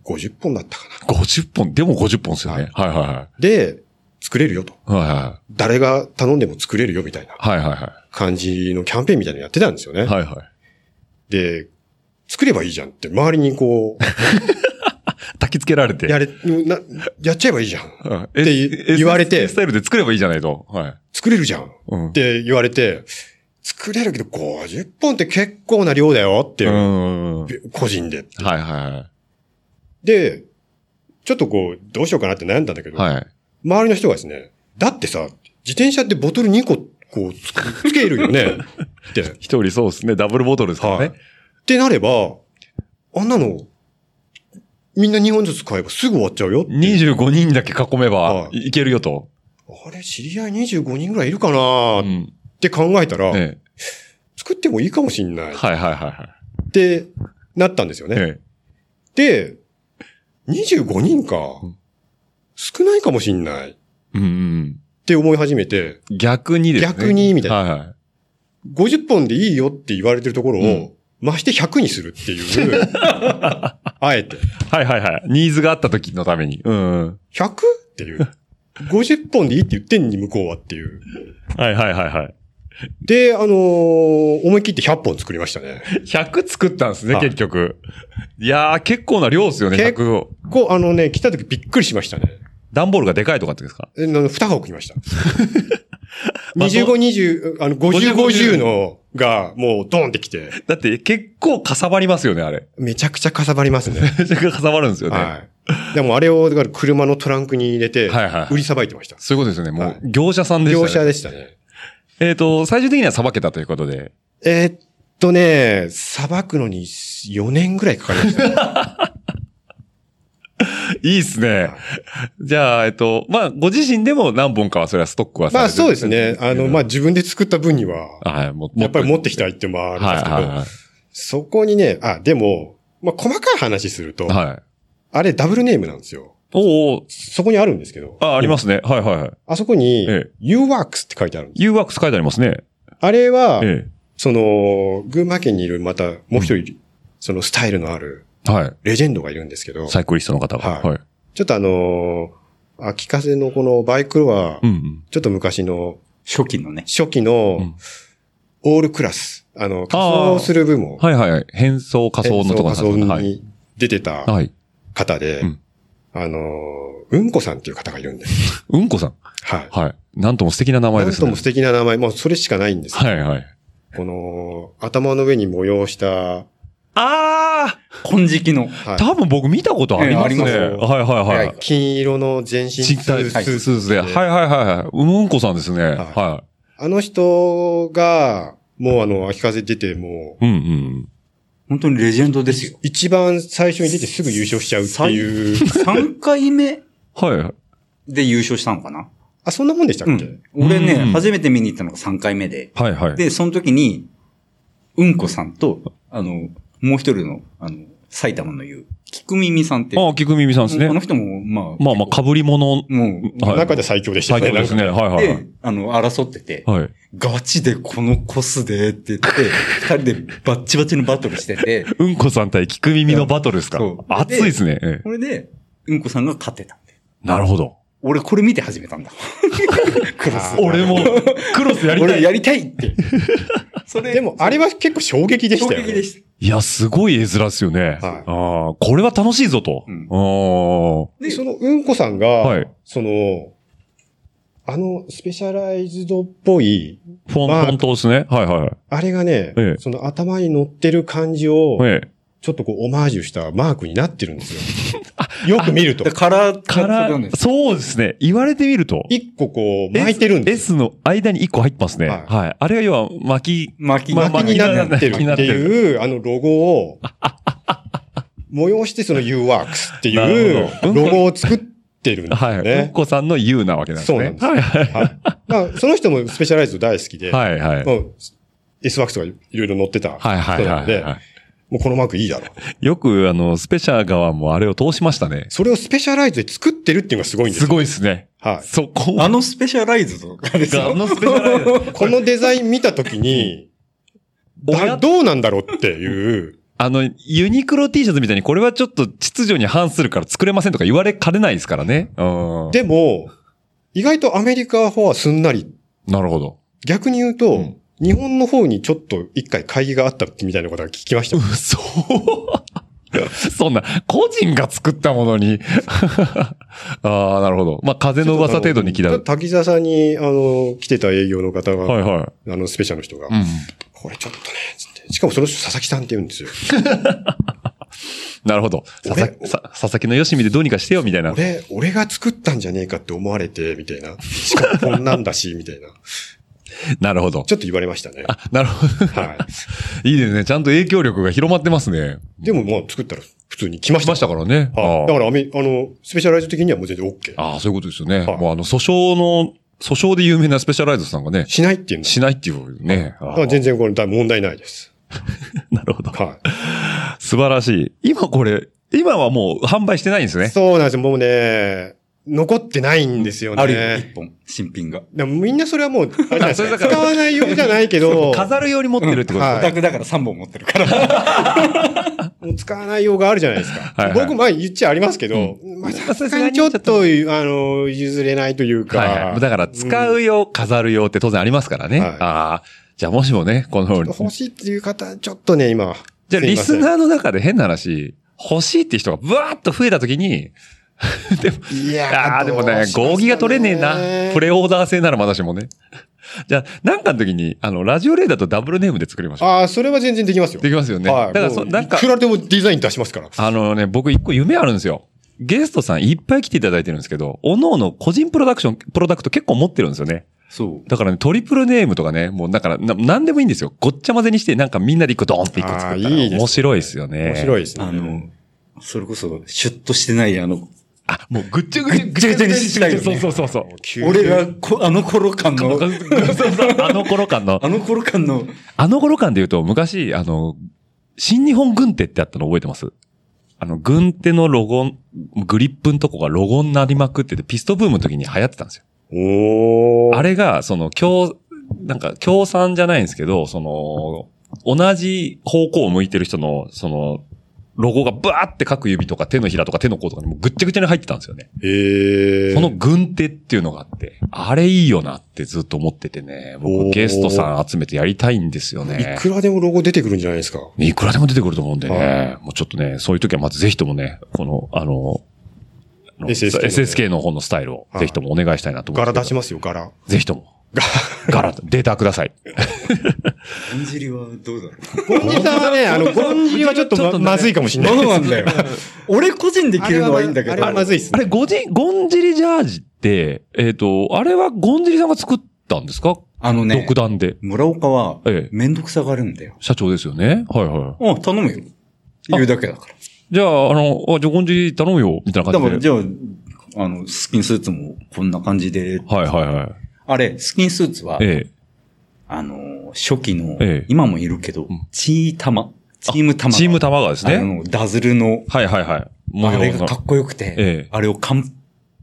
Speaker 6: 50本だったかな。
Speaker 1: 50本、でも50本ですよね。はいはいは
Speaker 6: で、作れるよと。
Speaker 1: い。はいは。
Speaker 6: 誰が頼んでも作れるよみたいない
Speaker 1: はいはいは
Speaker 6: 感じのキャンペーンみたいなのやってたんですよね。
Speaker 1: い。はいはい。
Speaker 6: で、作ればいいじゃんって、周りにこう、
Speaker 1: 焚き付けられて。
Speaker 6: やれ、な、やっちゃえばいいじゃん。
Speaker 1: うん
Speaker 6: て言言われて
Speaker 1: SS スタイルで作ればいいじゃないと。はい。
Speaker 6: 作れるじゃん。
Speaker 1: うん。
Speaker 6: って言われて、作れるけど50本って結構な量だよって、
Speaker 1: うん。はい
Speaker 6: 個人で。
Speaker 1: はいは
Speaker 6: で、ちょっとこう、どうしようかなって悩んだんだけ
Speaker 1: い。
Speaker 6: ど、
Speaker 1: はい。
Speaker 6: 周りの人がですね、だってさ、自転車ってボトル2個、こうつ、つけるよ ね。って。
Speaker 1: 一人そうですね。ダブルボトルですから
Speaker 6: はい。っ
Speaker 1: ね。
Speaker 6: てなれば、あんなの、みんな2本ずつ買えばすぐ終わっちゃうよって。
Speaker 1: 25人だけ囲めば
Speaker 6: はい
Speaker 1: けるよと。
Speaker 6: あれ、知り合い25人ぐらいいるかな
Speaker 1: う
Speaker 6: っ
Speaker 1: ん。
Speaker 6: て考えたら、
Speaker 1: え
Speaker 6: 作ってもいいかもしんない
Speaker 1: え。
Speaker 6: っ
Speaker 1: はいはいはいはい。
Speaker 6: てなったんですよね。
Speaker 1: え
Speaker 6: で、25人か
Speaker 1: うん。
Speaker 6: 少ないかもしんないっ
Speaker 1: え。うんうん
Speaker 6: て思い始めて、
Speaker 1: うん。逆にですね。
Speaker 6: 逆にみたいな
Speaker 1: はいはい。
Speaker 6: 50本でいいよって言われてるところ
Speaker 1: うん
Speaker 6: を、まして100にするって いう、あえて。
Speaker 1: はいはいはい。ニーズがあった時のために。うんうん。
Speaker 6: 100? っていう。50本でいいって言ってんのに向こうはっていう。
Speaker 1: はいはいはいはい。
Speaker 6: で、あのー思い切って100本作りましたね。
Speaker 1: 100作ったんですね、
Speaker 6: はい
Speaker 1: 結局。いやー、結構な量ですよね、
Speaker 6: 結
Speaker 1: 100を。
Speaker 6: こう、あのね、来た時びっくりしましたね。
Speaker 1: 段ボールがでかいとかってですか
Speaker 6: え、な2箱来ました。
Speaker 1: まあ
Speaker 6: 25、20、あの、50、50のがもうドーンって来て、
Speaker 1: だって結構かさばりますよね、あれ。
Speaker 6: めちゃくちゃかさばりますね。
Speaker 1: めちゃくちゃかさばるんですよね。
Speaker 6: はい。でもあれを、だから車のトランクに入れて
Speaker 1: はいはいはい、
Speaker 6: 売りさばいてました。
Speaker 1: そういうことですよね。も
Speaker 6: は
Speaker 1: う
Speaker 6: い、
Speaker 1: 業者さんでした、ね。
Speaker 6: 業者でしたね。
Speaker 1: えっ、と、最終的には裁けたということで。
Speaker 6: えーっとね、さばくのに4年ぐらいかかり ましたね。
Speaker 1: いいっすね。じゃあ、えっ、と、まあ、ご自身でも何本かは、それはストックはさ
Speaker 6: ま
Speaker 1: れ
Speaker 6: あ
Speaker 1: てる
Speaker 6: そうですね。あの、まあ、自分で作った分には、
Speaker 1: はい、も
Speaker 6: やっぱり持ってき
Speaker 1: た
Speaker 6: たいってもあるん
Speaker 1: はい
Speaker 6: ですけど、
Speaker 1: はいはい。
Speaker 6: そこにね、あ、でも、まあ、細かい話すると、
Speaker 1: はい。
Speaker 6: あれダブルネームなんですよ。
Speaker 1: おお
Speaker 6: そこにあるんですけど。。
Speaker 1: あ、ありますすね。はいはいはい。
Speaker 6: あそこに
Speaker 1: ええ、
Speaker 6: UWorks って書いてあるんです。
Speaker 1: u ワークス書いてありますね。
Speaker 6: あれは、
Speaker 1: え
Speaker 6: その、群馬県にいるまたもう一人、そのスタイルのある
Speaker 1: え。はい。
Speaker 6: レジェンドがいるんですけど、
Speaker 1: サイクリストの方が。
Speaker 6: はい
Speaker 1: はい。
Speaker 6: ちょっとあのー秋風のこのバイクロア、
Speaker 1: うんうん。
Speaker 6: ちょっと昔の
Speaker 5: 初期のね。
Speaker 6: 初期
Speaker 1: うん
Speaker 6: のオールクラス、あの、仮装する部門、
Speaker 1: はいはいはい。変装仮装のとこ
Speaker 6: 仮装
Speaker 1: はい。
Speaker 6: に出てた
Speaker 1: はい。
Speaker 6: 方で、
Speaker 1: うん
Speaker 6: あのー、うんこさんっていう方がいるんです。
Speaker 1: うんこさん。
Speaker 6: はい。
Speaker 1: はい。なんとも素敵な名前
Speaker 6: な
Speaker 1: で
Speaker 6: ん
Speaker 1: す
Speaker 6: と
Speaker 1: ね。
Speaker 6: も素敵な名前、もうそれしかないんですよ。
Speaker 1: はいはい。
Speaker 6: この、頭の上に模様した、
Speaker 1: あ
Speaker 5: 金色の。
Speaker 6: は
Speaker 1: あ
Speaker 6: い
Speaker 1: 多分僕見たことありますね。
Speaker 5: ええあります
Speaker 1: はいはいはい。
Speaker 6: 金色の全身ス
Speaker 1: 人体
Speaker 6: ー
Speaker 1: ス
Speaker 6: ツ。
Speaker 1: ーツで。はいはいはいはい。うんこさんですね。
Speaker 6: い
Speaker 1: は
Speaker 6: あの人が、もうあの、秋風出て、もう、
Speaker 1: い。うんうん。
Speaker 5: 本当にレジェンドですよ。
Speaker 6: 一番最初に出てすぐ優勝しちゃうっていう。
Speaker 5: 3回目
Speaker 1: はい。
Speaker 5: で優勝したのかな
Speaker 6: あ、そんなもんでしたっ
Speaker 5: う
Speaker 6: け、
Speaker 5: ん。俺ね、
Speaker 1: うん
Speaker 5: 初めて見に行ったのが3回目で。
Speaker 1: はいはい。
Speaker 5: で、その時に、うんこさんと、あの、もう一人の、あの、埼玉の言う、菊耳さんって。
Speaker 1: ああ、菊耳さんですね
Speaker 5: こ。の人も、まあ、
Speaker 1: まあまあ、被り物、
Speaker 5: もう、
Speaker 1: はい
Speaker 6: 中で最強でしたね。
Speaker 1: 最強ですね。はいはいは
Speaker 5: で
Speaker 1: い。、
Speaker 5: あの、争ってて、
Speaker 1: はい。
Speaker 5: ガチでこのコスでって言って、 二人でバッチバチのバトルしてて、
Speaker 1: うんこさん対菊耳のバトルですか
Speaker 5: そう。
Speaker 1: 熱いですね。ええ
Speaker 5: これで、うんこさんが勝ってた。
Speaker 1: なるほど。
Speaker 5: 俺これ見て始めた んだ。クロス。
Speaker 1: 俺も、クロスやりた
Speaker 5: 俺
Speaker 1: い。
Speaker 5: やりたい って。それ
Speaker 6: でも、あれは結構衝撃でし
Speaker 5: 衝
Speaker 6: たよ、ね。
Speaker 5: 撃でした。
Speaker 1: いや、すごい絵面ですよね。
Speaker 6: はい
Speaker 1: ああ、これは楽しいぞと。
Speaker 5: うん
Speaker 1: あ
Speaker 6: で、そのうんこさんが、
Speaker 1: はい
Speaker 6: その、あの、スペシャライズドっぽい、
Speaker 1: あ、フォ
Speaker 6: ま
Speaker 1: ン、
Speaker 6: あ
Speaker 1: フォントですね。はいはいはい。
Speaker 6: あれがね、
Speaker 1: ええ
Speaker 6: その頭に乗ってる感じを、
Speaker 1: ええ。
Speaker 6: ちょっとこう、オマージュしたマークになってるんですよ。よく見ると
Speaker 5: だ。から、
Speaker 1: か
Speaker 5: そ
Speaker 1: ら
Speaker 5: れなんで、す
Speaker 1: そうですね。言われてみると。
Speaker 6: 一個こう、巻いてるんです
Speaker 1: S の間に1個入ってますね。
Speaker 6: はい
Speaker 1: はい。あれは要は巻き、
Speaker 5: 巻き、
Speaker 1: まあ
Speaker 6: よ。巻きになってるっ
Speaker 1: 巻きになってて
Speaker 6: いう、あのロゴを、催してその UWorks って
Speaker 1: ないる
Speaker 6: う
Speaker 1: ほど
Speaker 6: ロゴを作ってるんです
Speaker 1: はい。
Speaker 6: よ
Speaker 1: うん
Speaker 6: ね。
Speaker 1: こさんの U なわけなんですね。
Speaker 6: そうなんです
Speaker 1: はいはい
Speaker 6: はいまあ、その人もスペシャライズド大好きで、
Speaker 1: はいはい。
Speaker 6: もう SWorks とかいろいろ載ってた人
Speaker 1: はいはい
Speaker 6: な
Speaker 1: は
Speaker 6: の
Speaker 1: い
Speaker 6: で、
Speaker 1: は
Speaker 6: もうこのマークいいだろう。
Speaker 1: い。よく、あの、スペシャー側もあれを通しましたね。
Speaker 6: それをスペシャライズで作ってるっていうのがすごいんです
Speaker 1: す
Speaker 6: よ。
Speaker 1: ごいですね。
Speaker 6: はい。
Speaker 1: そこ
Speaker 5: あのスペシャライズとかです
Speaker 1: が、あ
Speaker 5: よ。
Speaker 1: のスペシャライズ。
Speaker 6: このデザイン見たとき に、
Speaker 1: 親
Speaker 6: だどうなんだろうっていう、
Speaker 1: あの、ユニクロ T シャツみたいにこれはちょっと秩序に反するから作れませんとか言われかねないですからね。うん。
Speaker 6: でも、意外とアメリカの方はすんなり、
Speaker 1: なるほど。
Speaker 6: 逆に言うと、
Speaker 1: うん
Speaker 6: 日本の方にちょっと一回会議があったみたいなことが聞きました。
Speaker 1: 嘘。そんな、個人が作ったもの に。ああ、なるほど。まあ、風の噂程度に聞いた。
Speaker 6: 滝沢さんに、あの、来てた営業の方が、
Speaker 1: はいはい。
Speaker 6: あの、スペシャルの人が、
Speaker 1: うん。
Speaker 6: これちょっとね、つって。しかもその人、佐々木さんって言うんですよ。
Speaker 1: なるほど。佐々木
Speaker 6: 俺
Speaker 1: さ佐々木のよしみでどうにかしてよ、みたいな。
Speaker 6: 俺、俺が作ったんじゃねえかって思われて、みたいな。しかもこんなんだし、みたいな。
Speaker 1: なるほど
Speaker 6: ち。ょっと言われましたね。
Speaker 1: あ、なるほど。
Speaker 6: はい
Speaker 1: いですね。ちゃんと影響力が広まってますね。
Speaker 6: い。でも、まあ、作ったら普通に来まし
Speaker 1: 来
Speaker 6: た。
Speaker 1: ましたからね。
Speaker 6: はい。
Speaker 1: あ
Speaker 6: だ
Speaker 1: ー
Speaker 6: からアメ、あの、スペシャライズ的にはもう全然 OK。
Speaker 1: あー、そういうことですよね。
Speaker 6: はい
Speaker 1: もうあの、訴訟の、訴訟で有名なスペシャライズさんがね、
Speaker 6: しないっていうんだ。
Speaker 1: しないっていうね。あ
Speaker 6: だ
Speaker 1: ー
Speaker 6: から全然これだ問題ないです。
Speaker 1: なるほど。
Speaker 6: は
Speaker 1: 素晴らしい。今これ、今はもう販売してないんです
Speaker 6: い。
Speaker 1: ね。
Speaker 6: そうなんですよ。もうね、残ってないんですよね。
Speaker 5: あるよ、一本、新品が。
Speaker 6: でもみんなそれはもう、あれじゃないです
Speaker 1: それだ
Speaker 6: か
Speaker 1: から
Speaker 6: 使わないようじゃないけど、
Speaker 1: 飾るように持ってるってことですね
Speaker 6: はい
Speaker 5: オタクだから3本持って るから。
Speaker 6: もう使わない用があるじゃないですか。
Speaker 1: はいはい
Speaker 6: 僕、まあ言っちゃありますけど、まあさすがにちょっと、あの、譲れないというか。
Speaker 1: はいはい。だから、使う用、飾る用って当然ありますからね。
Speaker 6: はい
Speaker 1: ああ。じゃあもしもね、この、
Speaker 6: 欲しいっていう方、ちょっとね、今。
Speaker 1: じゃあリスナ
Speaker 6: ー
Speaker 1: ーの中で変な話、欲しいって人がブワーッと増えた時に、
Speaker 6: いやー
Speaker 1: ああ、でもね、合議が取れねえな。プ
Speaker 6: レ
Speaker 1: レオーダー制ならまだしもね。じゃあ、なんかの時に、あの、ラジオレーダーとダブルネームで作りましょ
Speaker 6: ああ、それは全然できますよ
Speaker 1: う。。できますよね。
Speaker 6: はい。
Speaker 1: だから
Speaker 6: も
Speaker 1: そうなんか
Speaker 6: いく、らでもデザイン出しますから。
Speaker 1: あのね、僕一個夢あるんですよ。ゲストさんいっぱい来ていただいてるんですけど、各々個人プロダクション、プロダクト結構持ってるんですよね。
Speaker 5: そう。
Speaker 1: だからね、トリプルネームとかね、もうだから、ななんでもいいんですよ。ごっちゃ混ぜにして、なんかみんなで一個ドーンって一個作ったら
Speaker 6: あーいいですね
Speaker 1: 面白いですよね。
Speaker 6: 面白
Speaker 1: い。
Speaker 6: いですね。
Speaker 5: あの、それこそ、シュッとしてない、あの、
Speaker 1: あ、もうぐっちゃぐちゃ、
Speaker 5: ぐっちゃぐちゃにしたいよね
Speaker 1: そうそうそうそう。
Speaker 6: 急に
Speaker 5: 俺がこ、あの頃感の、
Speaker 1: そうそうあの頃感の、
Speaker 5: あの頃感の、
Speaker 1: あの頃感で言うと、昔、あの、新日本軍手ってあったの覚えてますあの、軍手のロゴン、グリップのとこがロゴになりまくってて、ピストブームの時に流行ってたんですよ。
Speaker 6: おー。
Speaker 1: あれが、その、共、なんか、共産じゃないんですけど、その、同じ方向を向いてる人の、その、ロゴがバーって各指とか手のひらとか手の甲とかにもうぐっちゃぐちゃに入ってたんですよね。
Speaker 6: えー。
Speaker 1: この軍手っていうのがあって、あれいいよなってずっと思っててね、
Speaker 6: お
Speaker 1: 僕
Speaker 6: ー
Speaker 1: ゲストさん集めてやりたいんですよね
Speaker 6: い。くらでもロゴ出てくるんじゃないですか。
Speaker 1: いくらでも出てくると思うんでね
Speaker 6: は、
Speaker 1: もうちょっとね、そういう時はまずぜひともね、この、あの、あの
Speaker 6: SSK のね
Speaker 1: SSK の方のスタイルをぜひともお願いしたいなと思って。
Speaker 6: 柄出しますよ、柄。
Speaker 1: ぜひとも。柄、データください。
Speaker 5: ぼんじりはどうだろ
Speaker 6: ゴンジリさんはね、あの、ゴンジリはちょっと
Speaker 1: ちょっ
Speaker 6: ま
Speaker 1: とね
Speaker 6: まずいかもし
Speaker 5: う。
Speaker 6: れない。
Speaker 5: どうなんだよ。 俺個人で着るのはいいんだけ
Speaker 6: あ
Speaker 5: ど。
Speaker 6: れはまずいっす
Speaker 1: あ
Speaker 6: ね。
Speaker 1: れ、ゴジ、ゴンジリジャージって、えっ、と、あれはゴンジリさんが作ったんですか、
Speaker 5: あのね
Speaker 1: 独、断で。
Speaker 5: 村岡は
Speaker 1: ええ、
Speaker 5: めんどくさがるんだよ。
Speaker 1: 社長ですよね。はいは
Speaker 5: あ、頼むよ。言うだけだから。
Speaker 1: い。じゃあ、あの、あじゃあゴンジリ頼むよ、みたいな
Speaker 5: だか
Speaker 1: 感
Speaker 5: ら、
Speaker 1: じで。
Speaker 5: じゃあ、あの、スキンスーツもこんな感じで。
Speaker 1: はいはいはい。
Speaker 5: あれ、スキンスーツは、
Speaker 1: え
Speaker 5: あの、初期の、
Speaker 1: ええ
Speaker 5: 今もいるけど、チータマ。チームタ
Speaker 1: え
Speaker 5: マ。
Speaker 1: チーム玉川です
Speaker 5: あ
Speaker 1: ね。
Speaker 5: の、ダズルの、
Speaker 1: はいはいはい。模
Speaker 5: あれ
Speaker 1: 様
Speaker 5: が
Speaker 1: の
Speaker 5: か。っこよくて、
Speaker 1: ええ
Speaker 5: あれを完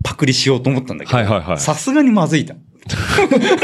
Speaker 5: パクリしようと思ったんだけど、
Speaker 1: はいはいはい
Speaker 5: さすがにまずいだ。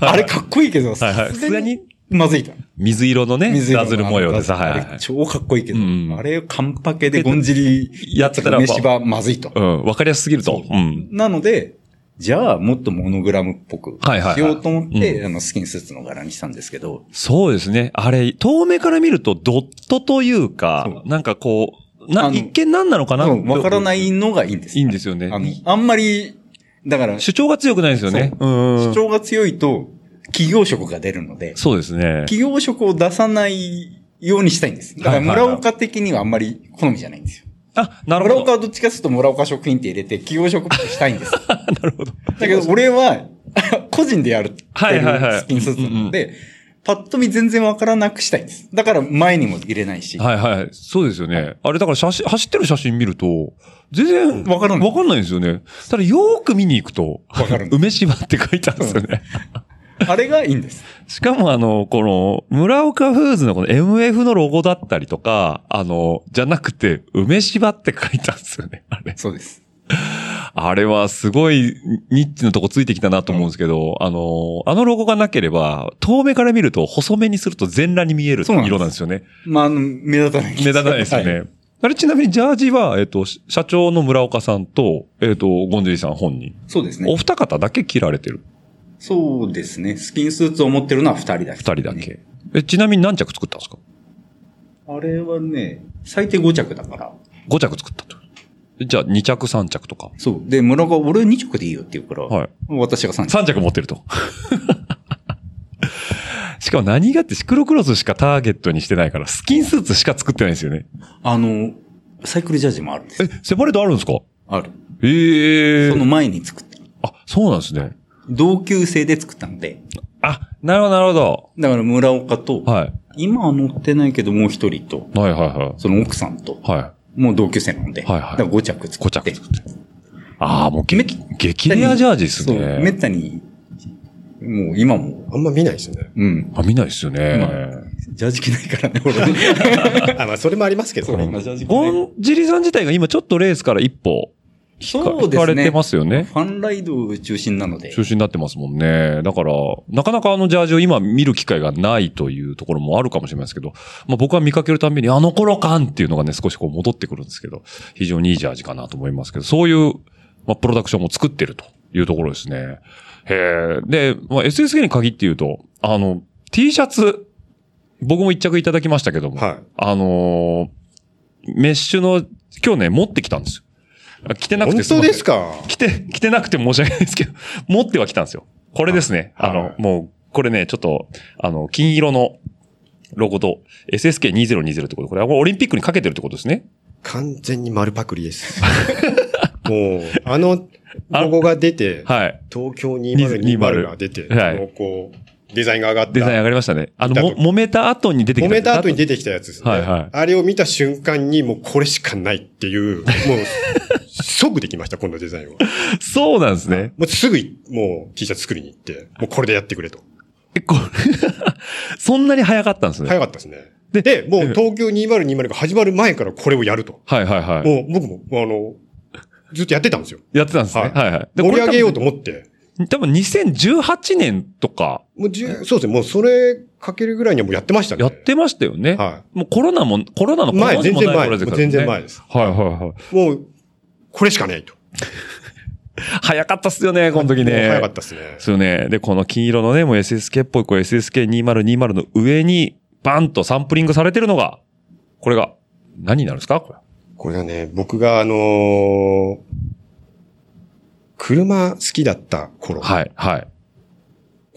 Speaker 5: あれかっこいいけど、
Speaker 1: はいはい
Speaker 5: さすがにまずいだ。
Speaker 1: 水色のね、
Speaker 5: 水色の
Speaker 1: ダズル模様でさ、はいはい
Speaker 5: あ
Speaker 1: は
Speaker 5: れ
Speaker 1: い。
Speaker 5: 超かっこいいけど、
Speaker 1: うんうん
Speaker 5: あれをカンパケでゴンじり
Speaker 1: やってたら
Speaker 5: 飯はまずいと。
Speaker 1: うん、わかりやすすぎると。うん。
Speaker 5: なので、じゃあもっとモノグラムっぽく
Speaker 1: はいはいはい
Speaker 5: しようと思って、
Speaker 1: う
Speaker 5: あのスキンスーツの柄にしたんですけど、
Speaker 1: そうですね。あれ、遠目から見るとドットというか、なんかこう、な、
Speaker 5: あの
Speaker 1: 一見何なのかな
Speaker 5: うんわからないのがいいんです。
Speaker 1: いいんですよね。
Speaker 5: あの、あんまり、だから、
Speaker 1: 主張が強くないんですよね。うん
Speaker 5: 主張が強いと企業色が出るので、
Speaker 1: そうですね。
Speaker 5: 企業色を出さないようにしたいんです。だから
Speaker 1: はいはいはい
Speaker 5: 村岡的にはあんまり好みじゃないんですよ。
Speaker 1: あ、なる
Speaker 5: 村
Speaker 1: ほ
Speaker 5: 岡
Speaker 1: ど。
Speaker 5: はどっちかすると村岡食品って入れて企業色っぽくしたいんです。だ
Speaker 1: なるほど。
Speaker 5: けど俺は 個人でやるって
Speaker 1: はいはいはい
Speaker 5: るスキンスーツなので、パッと見全然わからなくしたいんです。だから前にも入れないし。
Speaker 1: はいはい。そうですよね。あれ、だから写真、走ってる写真見ると、全然、
Speaker 5: わからない
Speaker 1: わかんないんですよね。ただ、よーく見に行くと、
Speaker 5: わかる
Speaker 1: 梅芝って書いてあるんですよね。
Speaker 5: あれがいいんです。
Speaker 1: しかも、あの、この、村岡フーズのこの MF のロゴだったりとか、あの、じゃなくて、梅芝って書いてあるんですよね。あれ。
Speaker 5: そうです。
Speaker 1: あれはすごいニッチなとこついてきたなと思うんですけど、あの、あのロゴがなければ、遠目から見ると細めにすると全裸に見える
Speaker 5: そうなんです
Speaker 1: 色なんですよね。
Speaker 5: まあ、あの、目立たない。
Speaker 1: 目立たないですよね。
Speaker 5: は
Speaker 1: あれちなみにジャージは、えっ、と、し社長の村岡さんと、えっ、と、ゴンジリさん本人。
Speaker 5: そうです
Speaker 1: お
Speaker 5: ね。
Speaker 1: 二方だけ着られてる。
Speaker 5: そうですね。スキンスーツを持ってるのは二人だけ。
Speaker 1: 二人だけ。え、ちなみに何着作ったんですか
Speaker 5: あれはね、最低5着だから。
Speaker 1: ?5 着作ったと。えじゃあ2着3着とか。
Speaker 5: そう。で、村が俺2着でいいよって言うから、
Speaker 1: はい。
Speaker 5: 私が3着。
Speaker 1: 3着持ってると。 しかも何がってシクロクロスしかターゲットにしてないから、スキンスーツしか作ってないんですよね。
Speaker 5: あの、サイクルジャージもあるんです
Speaker 1: え。、セパレートあるんですか
Speaker 5: ある。
Speaker 1: ええ
Speaker 5: その前に作った。
Speaker 1: あ、そうなんですね。
Speaker 5: 同級生で作ったので。
Speaker 1: あ、なるほど、なるほど。
Speaker 5: だから村岡と、
Speaker 1: はい。
Speaker 5: 今は乗ってないけどもう一人と、
Speaker 1: はい、はい、はい。
Speaker 5: その奥さんと、
Speaker 1: は
Speaker 5: もう同級生なんで。
Speaker 1: はいはい
Speaker 5: だから5着
Speaker 1: い。5
Speaker 5: 作って。
Speaker 1: 着作って。ああ、もう
Speaker 5: め
Speaker 1: 激、激レアジャージです
Speaker 5: そうめっ
Speaker 1: ね。
Speaker 5: たに、もう今も、。
Speaker 6: あんま見ないですよね
Speaker 5: うん。
Speaker 1: あ、見ないですよ
Speaker 5: ま
Speaker 1: ね。
Speaker 5: ジャージ着ないからね、俺。
Speaker 6: あ、まあ、それもありますけどね。
Speaker 5: ジャージ
Speaker 1: ゴンジリさん自体が今ちょっとレースから一歩引か、
Speaker 5: そう
Speaker 1: 引
Speaker 5: で
Speaker 1: か
Speaker 5: す
Speaker 1: れ
Speaker 5: ね。
Speaker 1: てますよね。
Speaker 5: ファンライド中心なので。
Speaker 1: 中心になってますもんね。だから、なかなかあのジャージを今見る機会がないというところもあるかもしれないですけど、まあ僕は見かけるたんびにあの頃感っていうのがね、少しこう戻ってくるんですけど、非常にいいジャージかなと思いますけど、そういう、まあプロダクションも作ってるというところですね。へーで、まあ SSK に限って言うと、あの、T シャツ、僕も一着いただきましたけども、
Speaker 6: はい
Speaker 1: あのーメッシュの、今日ね、持ってきたんですよ。着てなく
Speaker 6: 本
Speaker 1: て
Speaker 6: 当です
Speaker 1: か
Speaker 6: か
Speaker 1: 着て、着てなくて申し訳ないですけど、持っては来たんですよ。これですね。
Speaker 6: はい
Speaker 1: あの
Speaker 6: は、い
Speaker 1: もう、これね、ちょっと、あの、金色のロゴと SSK2020 ってこと。これはオリンピックにかけてるってことですね。
Speaker 6: 完全に丸パクリ です。もう、あの、ロゴが出て、
Speaker 1: はい。
Speaker 6: 東京2020が出て、
Speaker 1: はい
Speaker 6: もうこう、デザインが上がった。
Speaker 1: デザイン上がりましたね。あの、も、揉めた後に出てき
Speaker 6: 揉
Speaker 1: た。
Speaker 6: めた後に出てきたやつですね。
Speaker 1: はいはい
Speaker 6: あれを見た瞬間にもうこれしかないっていう、もう、即できました、このデザインは。
Speaker 1: そうなんですね。
Speaker 6: もうすぐい、もう T シャツ作りに行って、もうこれでやってくれと。
Speaker 1: え、これそんなに早かったんですね。
Speaker 6: 早かったですね。で、もう東京2020が始まる前からこれをやると。
Speaker 1: はいはいはい。
Speaker 6: もう僕も、あの、ずっとやってたんですよ。
Speaker 1: やってたんですね。は
Speaker 6: はいい
Speaker 1: はい。で
Speaker 6: 盛り上げようと
Speaker 1: こ
Speaker 6: 思って。
Speaker 1: れ多分。多分2018年とか
Speaker 6: もうじゅうそうですね、もうそれかけるぐらいにはもうやってましたね。
Speaker 1: やってましたよね。
Speaker 6: は
Speaker 1: もうコロナも、コロナ
Speaker 6: い。
Speaker 1: のコロナ
Speaker 6: 前、
Speaker 1: に
Speaker 6: 全
Speaker 1: も
Speaker 6: 然
Speaker 1: ない
Speaker 6: 前。
Speaker 1: 頃
Speaker 6: も
Speaker 1: ですから
Speaker 6: う
Speaker 1: ね。
Speaker 6: 全然前です。
Speaker 1: はいはいはい。
Speaker 6: もう、これしかないと。
Speaker 1: 早かったっすよね、この時ね。
Speaker 6: もう早かったですね
Speaker 1: で。すよね。で、この金色のね、もう SSK っぽい、こう SSK2020 の上に、バンとサンプリングされてるのが、これが、何になるんですかこれ。
Speaker 6: これがね、僕があのー車好きだった頃。
Speaker 1: はい、はい。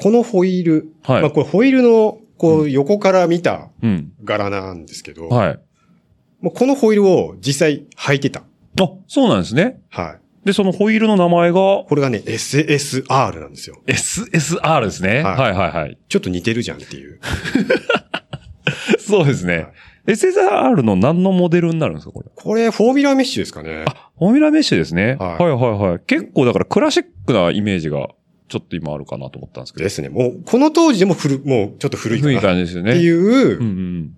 Speaker 6: このホイール。
Speaker 1: はい
Speaker 6: まあこれホイールの、こう横から見た
Speaker 1: うん。
Speaker 6: 柄なんですけど。
Speaker 1: はい。
Speaker 6: もうこのホイールを実際履いてた。
Speaker 1: あ、そうなんですね。
Speaker 6: はい。
Speaker 1: で、そのホイールの名前が、
Speaker 6: これがね、SSR なんですよ。
Speaker 1: SSR ですね。
Speaker 6: は
Speaker 1: はい、はい、はい。
Speaker 6: ちょっと似てるじゃんっていう。
Speaker 1: そうですね。SSR の何のモデルになるんですかこれ。
Speaker 6: これ、フォーミュラーメッシュですかね。
Speaker 1: フォーミュラメッシュですね。は、
Speaker 6: はい
Speaker 1: はい、はい。結構だからクラシックなイメージが、ちょっと今あるかなと思ったんですけど。
Speaker 6: ですね。もう、この当時でも古、もうちょっと古いか
Speaker 1: 古い
Speaker 6: なっ
Speaker 1: 感じですよね。
Speaker 6: ていう、
Speaker 1: うんうん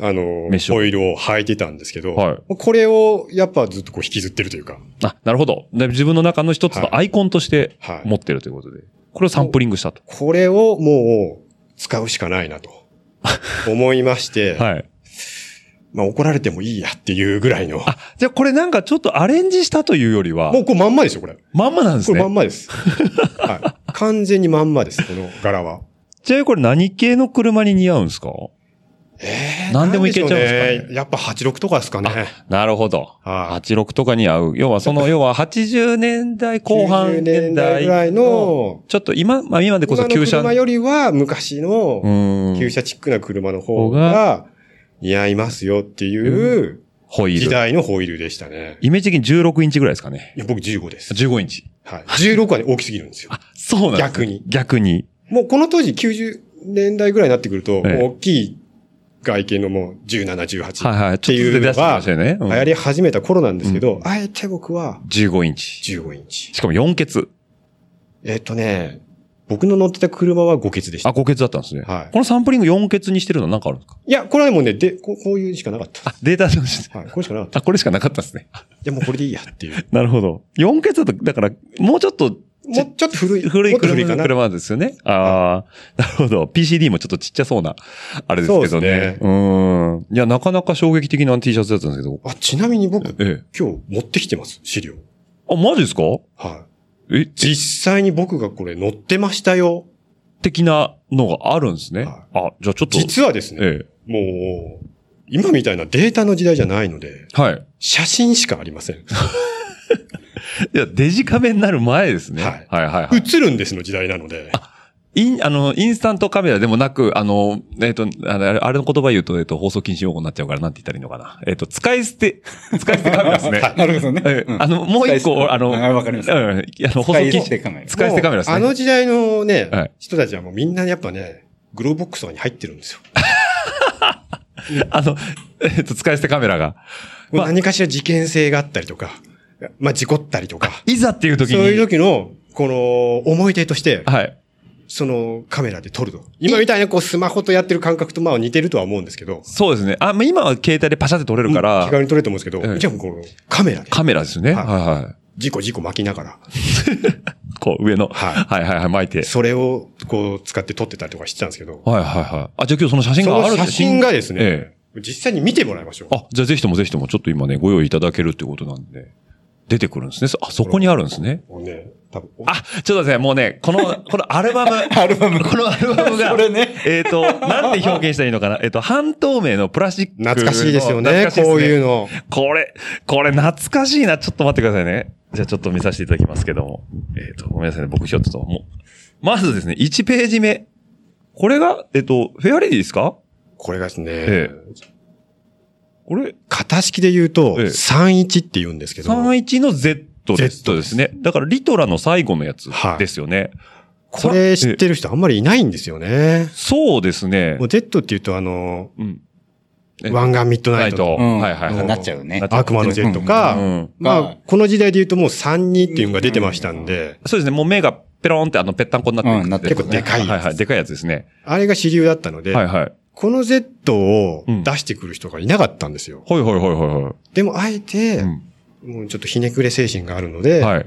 Speaker 6: あの
Speaker 1: メッシ、ュ
Speaker 6: ホイールを履いてたんですけど、
Speaker 1: はい
Speaker 6: もうこれをやっぱずっとこう引きずってるというか、
Speaker 1: あ、なるほど。で自分の中の一つのアイコンとして
Speaker 6: はい
Speaker 1: 持ってるということで。これをサンプリングしたと。
Speaker 6: これをもう使うしかないな と思いまして、
Speaker 1: はい。
Speaker 6: まあ怒られてもいいやっていうぐらいの、
Speaker 1: あ、じゃあこれなんかちょっとアレンジしたというよりは、
Speaker 6: もうこれまんまですよ、これ。
Speaker 1: まんまなんです
Speaker 6: これま
Speaker 1: ね
Speaker 6: ん。ま です。はい。完全にまんまです、この柄は。
Speaker 1: ちなみにこれ何系の車に似合うんですか
Speaker 6: え
Speaker 1: 何でもいけちゃうんですかね
Speaker 6: なんしょやっぱ86とかですかね。
Speaker 1: なるほど。
Speaker 6: はい
Speaker 1: 86とかに合う。要はそ の、要は80年代後半
Speaker 6: 90
Speaker 1: 年
Speaker 6: 年代
Speaker 1: 代
Speaker 6: ぐらいの、
Speaker 1: ちょっと今、まあ今でこそ
Speaker 6: 今の
Speaker 1: 旧車。
Speaker 6: 車よりは昔の
Speaker 1: うん。
Speaker 6: 旧車チックな車の方が似合いますよっていう
Speaker 1: ホイ
Speaker 6: 時
Speaker 1: ール。
Speaker 6: 代のホイールでしたね。
Speaker 1: イメージ的に16インチぐらいですかね。
Speaker 6: いや僕15です。
Speaker 1: 15インチ。
Speaker 6: はい、16はね、大きすぎるんですよ。
Speaker 1: そうなんですね
Speaker 6: 逆に
Speaker 1: 逆に。
Speaker 6: もうこの当時90年代ぐらいになってくると、
Speaker 1: ええ
Speaker 6: 大きい外見のもう17、
Speaker 1: はい
Speaker 6: 18
Speaker 1: はい。
Speaker 6: ていうのが
Speaker 1: ちょっとずつ出してきましたよね。う
Speaker 6: 流
Speaker 1: ん
Speaker 6: 行り始めた頃なんですけど、あえて僕は
Speaker 1: 15インチ。
Speaker 6: 15インチ。
Speaker 1: しかも4ケ
Speaker 6: えっ、とね、僕の乗ってた車は5ケツでし
Speaker 1: あ、
Speaker 6: た。
Speaker 1: 5ケツだったんですね。
Speaker 6: はい
Speaker 1: このサンプリング4ケツにしてるのは何かあるんですか
Speaker 6: いや、これはもうね、で、ここういうしかなかった。
Speaker 1: あ、データのし
Speaker 6: はい、これしかなかった。
Speaker 1: あ、これしかなかったですね。
Speaker 6: いや、もうこれでいいやっていう。
Speaker 1: なるほど。4ケツだと、だから、もう ちょっと、
Speaker 6: もうちょっと古い。
Speaker 1: 古い
Speaker 6: もっと
Speaker 1: 車
Speaker 6: かな。
Speaker 1: 車ですよね。ああ、なるほど。PCD もちょっとちっちゃそうな、あれですけ
Speaker 6: そ
Speaker 1: ど
Speaker 6: うで
Speaker 1: ね。
Speaker 6: すね
Speaker 1: うーん。いや、なかなか衝撃的な T シャツだったんですけど。
Speaker 6: あ、ちなみに僕、
Speaker 1: ええ。
Speaker 6: 今日持ってきてます、資料。
Speaker 1: あ、マジですか
Speaker 6: は
Speaker 1: え、
Speaker 6: 実際に僕がこれ乗ってましたよ。
Speaker 1: 的なのがあるんですね。
Speaker 6: は
Speaker 1: あ、じゃあちょっと。
Speaker 6: 実はですね、
Speaker 1: え
Speaker 6: もう、今みたいなデータの時代じゃないので、
Speaker 1: え。はい。
Speaker 6: 写真しかありません。
Speaker 1: いや、デジカメになる前ですね。
Speaker 6: はい
Speaker 1: はいはいはい。
Speaker 6: 映るんですの時代なので、
Speaker 1: イン、あの、インスタントカメラでもなく、あの、えっ、と、あれ、あれの言葉言うと、えっ、と、放送禁止用語になっちゃうから、なんて言ったらいいのかな。えっ、と、使い捨 て、使い捨てカメラですね。
Speaker 5: なるほどね。
Speaker 1: ええ
Speaker 5: うん
Speaker 1: あの、もう一
Speaker 5: 使い捨
Speaker 1: 個、
Speaker 5: て
Speaker 1: あの、
Speaker 5: あわかりました
Speaker 1: うん、あの、放送
Speaker 5: 使い
Speaker 1: 禁
Speaker 5: 捨て
Speaker 1: 止。
Speaker 5: カメラ。
Speaker 1: 使い捨てカメラですね。
Speaker 6: あの時代のね、
Speaker 1: はい
Speaker 6: 人たちはもうみんなやっぱね、グローボックスとかに入ってるんですよ。
Speaker 1: あの、えっ、と、使い捨てカメラが。まあ
Speaker 6: 何かしら事件性があったりとか、まあ事故ったりとか、
Speaker 1: いざっていう時
Speaker 6: そう
Speaker 1: に。
Speaker 6: いう時の、この思い出として、
Speaker 1: はい。
Speaker 6: そのカメラで撮ると。今みたいなこうスマホとやってる感覚とまあ似てるとは思うんですけど、
Speaker 1: そうですね。あ、まあ今は携帯でパシャって撮れるか
Speaker 6: 気
Speaker 1: ら、
Speaker 6: 軽に撮れると思うんですけど、
Speaker 1: ええ
Speaker 6: じゃあこのカメラで、
Speaker 1: カメラですよね。は
Speaker 6: はいい
Speaker 1: は
Speaker 6: 事故事故巻きながら、
Speaker 1: い。こう、上の。
Speaker 6: はい
Speaker 1: はいはいはい、巻いて。
Speaker 6: それをこう使って撮ってたりとかしてたんですけど、
Speaker 1: はいはいはい。あ、じゃあ今日その写真
Speaker 6: そ
Speaker 1: がある
Speaker 6: の写真がです
Speaker 1: え
Speaker 6: ね、実際に見てもらいましょう。
Speaker 1: え。あ、じゃあぜひともぜひともちょっと今ね、ご用意いただけるってことなんで、出てくるんですね。そあ、そこにあるんですね。
Speaker 6: もうね、多分、
Speaker 1: あ、ちょっとですね、もうね、この、 このアルバム。
Speaker 5: アルバム。
Speaker 1: このアルバムが、
Speaker 5: それね
Speaker 1: えっ、と、なんて表現したらいいのかな。えっ、と、半透明のプラスチックの。
Speaker 6: 懐かしいですよ
Speaker 1: 懐
Speaker 6: ね
Speaker 1: か、し
Speaker 6: こういう
Speaker 1: の。
Speaker 6: の。
Speaker 1: これ、これ懐かしいな。ちょっと待ってくださいね。じゃあちょっと見させていただきますけども。えっ、と、ごめんなさいね。僕ちょっともう。まずですね、1ページ目。これが、えっ、と、フェアレディですか
Speaker 6: これがですね、
Speaker 1: えこれ、
Speaker 6: 型式で言うと、
Speaker 1: ええ
Speaker 6: 31って言うんですけど、
Speaker 1: 31の Z です。
Speaker 6: Z
Speaker 1: で
Speaker 6: ですす
Speaker 1: ね。だから、リトラの最後のやつ
Speaker 6: はい
Speaker 1: ですよね。
Speaker 6: これ知っ
Speaker 1: え
Speaker 6: てる人あんまりいないんですよね。
Speaker 1: そうですね
Speaker 6: も。う Z って言うと、あの、
Speaker 1: うん。え
Speaker 6: 湾岸ミッドナ
Speaker 1: ナ
Speaker 6: イ
Speaker 1: イ
Speaker 6: ト
Speaker 1: ト。
Speaker 6: の
Speaker 5: うん
Speaker 1: はいはいはい。
Speaker 5: なっちゃうね
Speaker 1: なっ。ちゃう
Speaker 6: 悪魔の Z か、
Speaker 1: うん。
Speaker 6: ま
Speaker 5: ま
Speaker 6: あ
Speaker 5: あ、
Speaker 6: この時代で言うともう32っていうのが出てましたんで、
Speaker 1: そうですね。もう目がペロンってあの、ぺったんこになってる
Speaker 5: うんなって
Speaker 6: る結構でかいやつ
Speaker 1: はいはい。でかいやつですね。
Speaker 6: あれが主流だったので、
Speaker 1: はいはい。
Speaker 6: この Z を出してくる人がいなかったんですよ。
Speaker 1: ほいほいほいほいほ
Speaker 6: でも、あえて、
Speaker 1: い。うん
Speaker 6: もうちょっとひねくれ精神があるので、
Speaker 1: はい。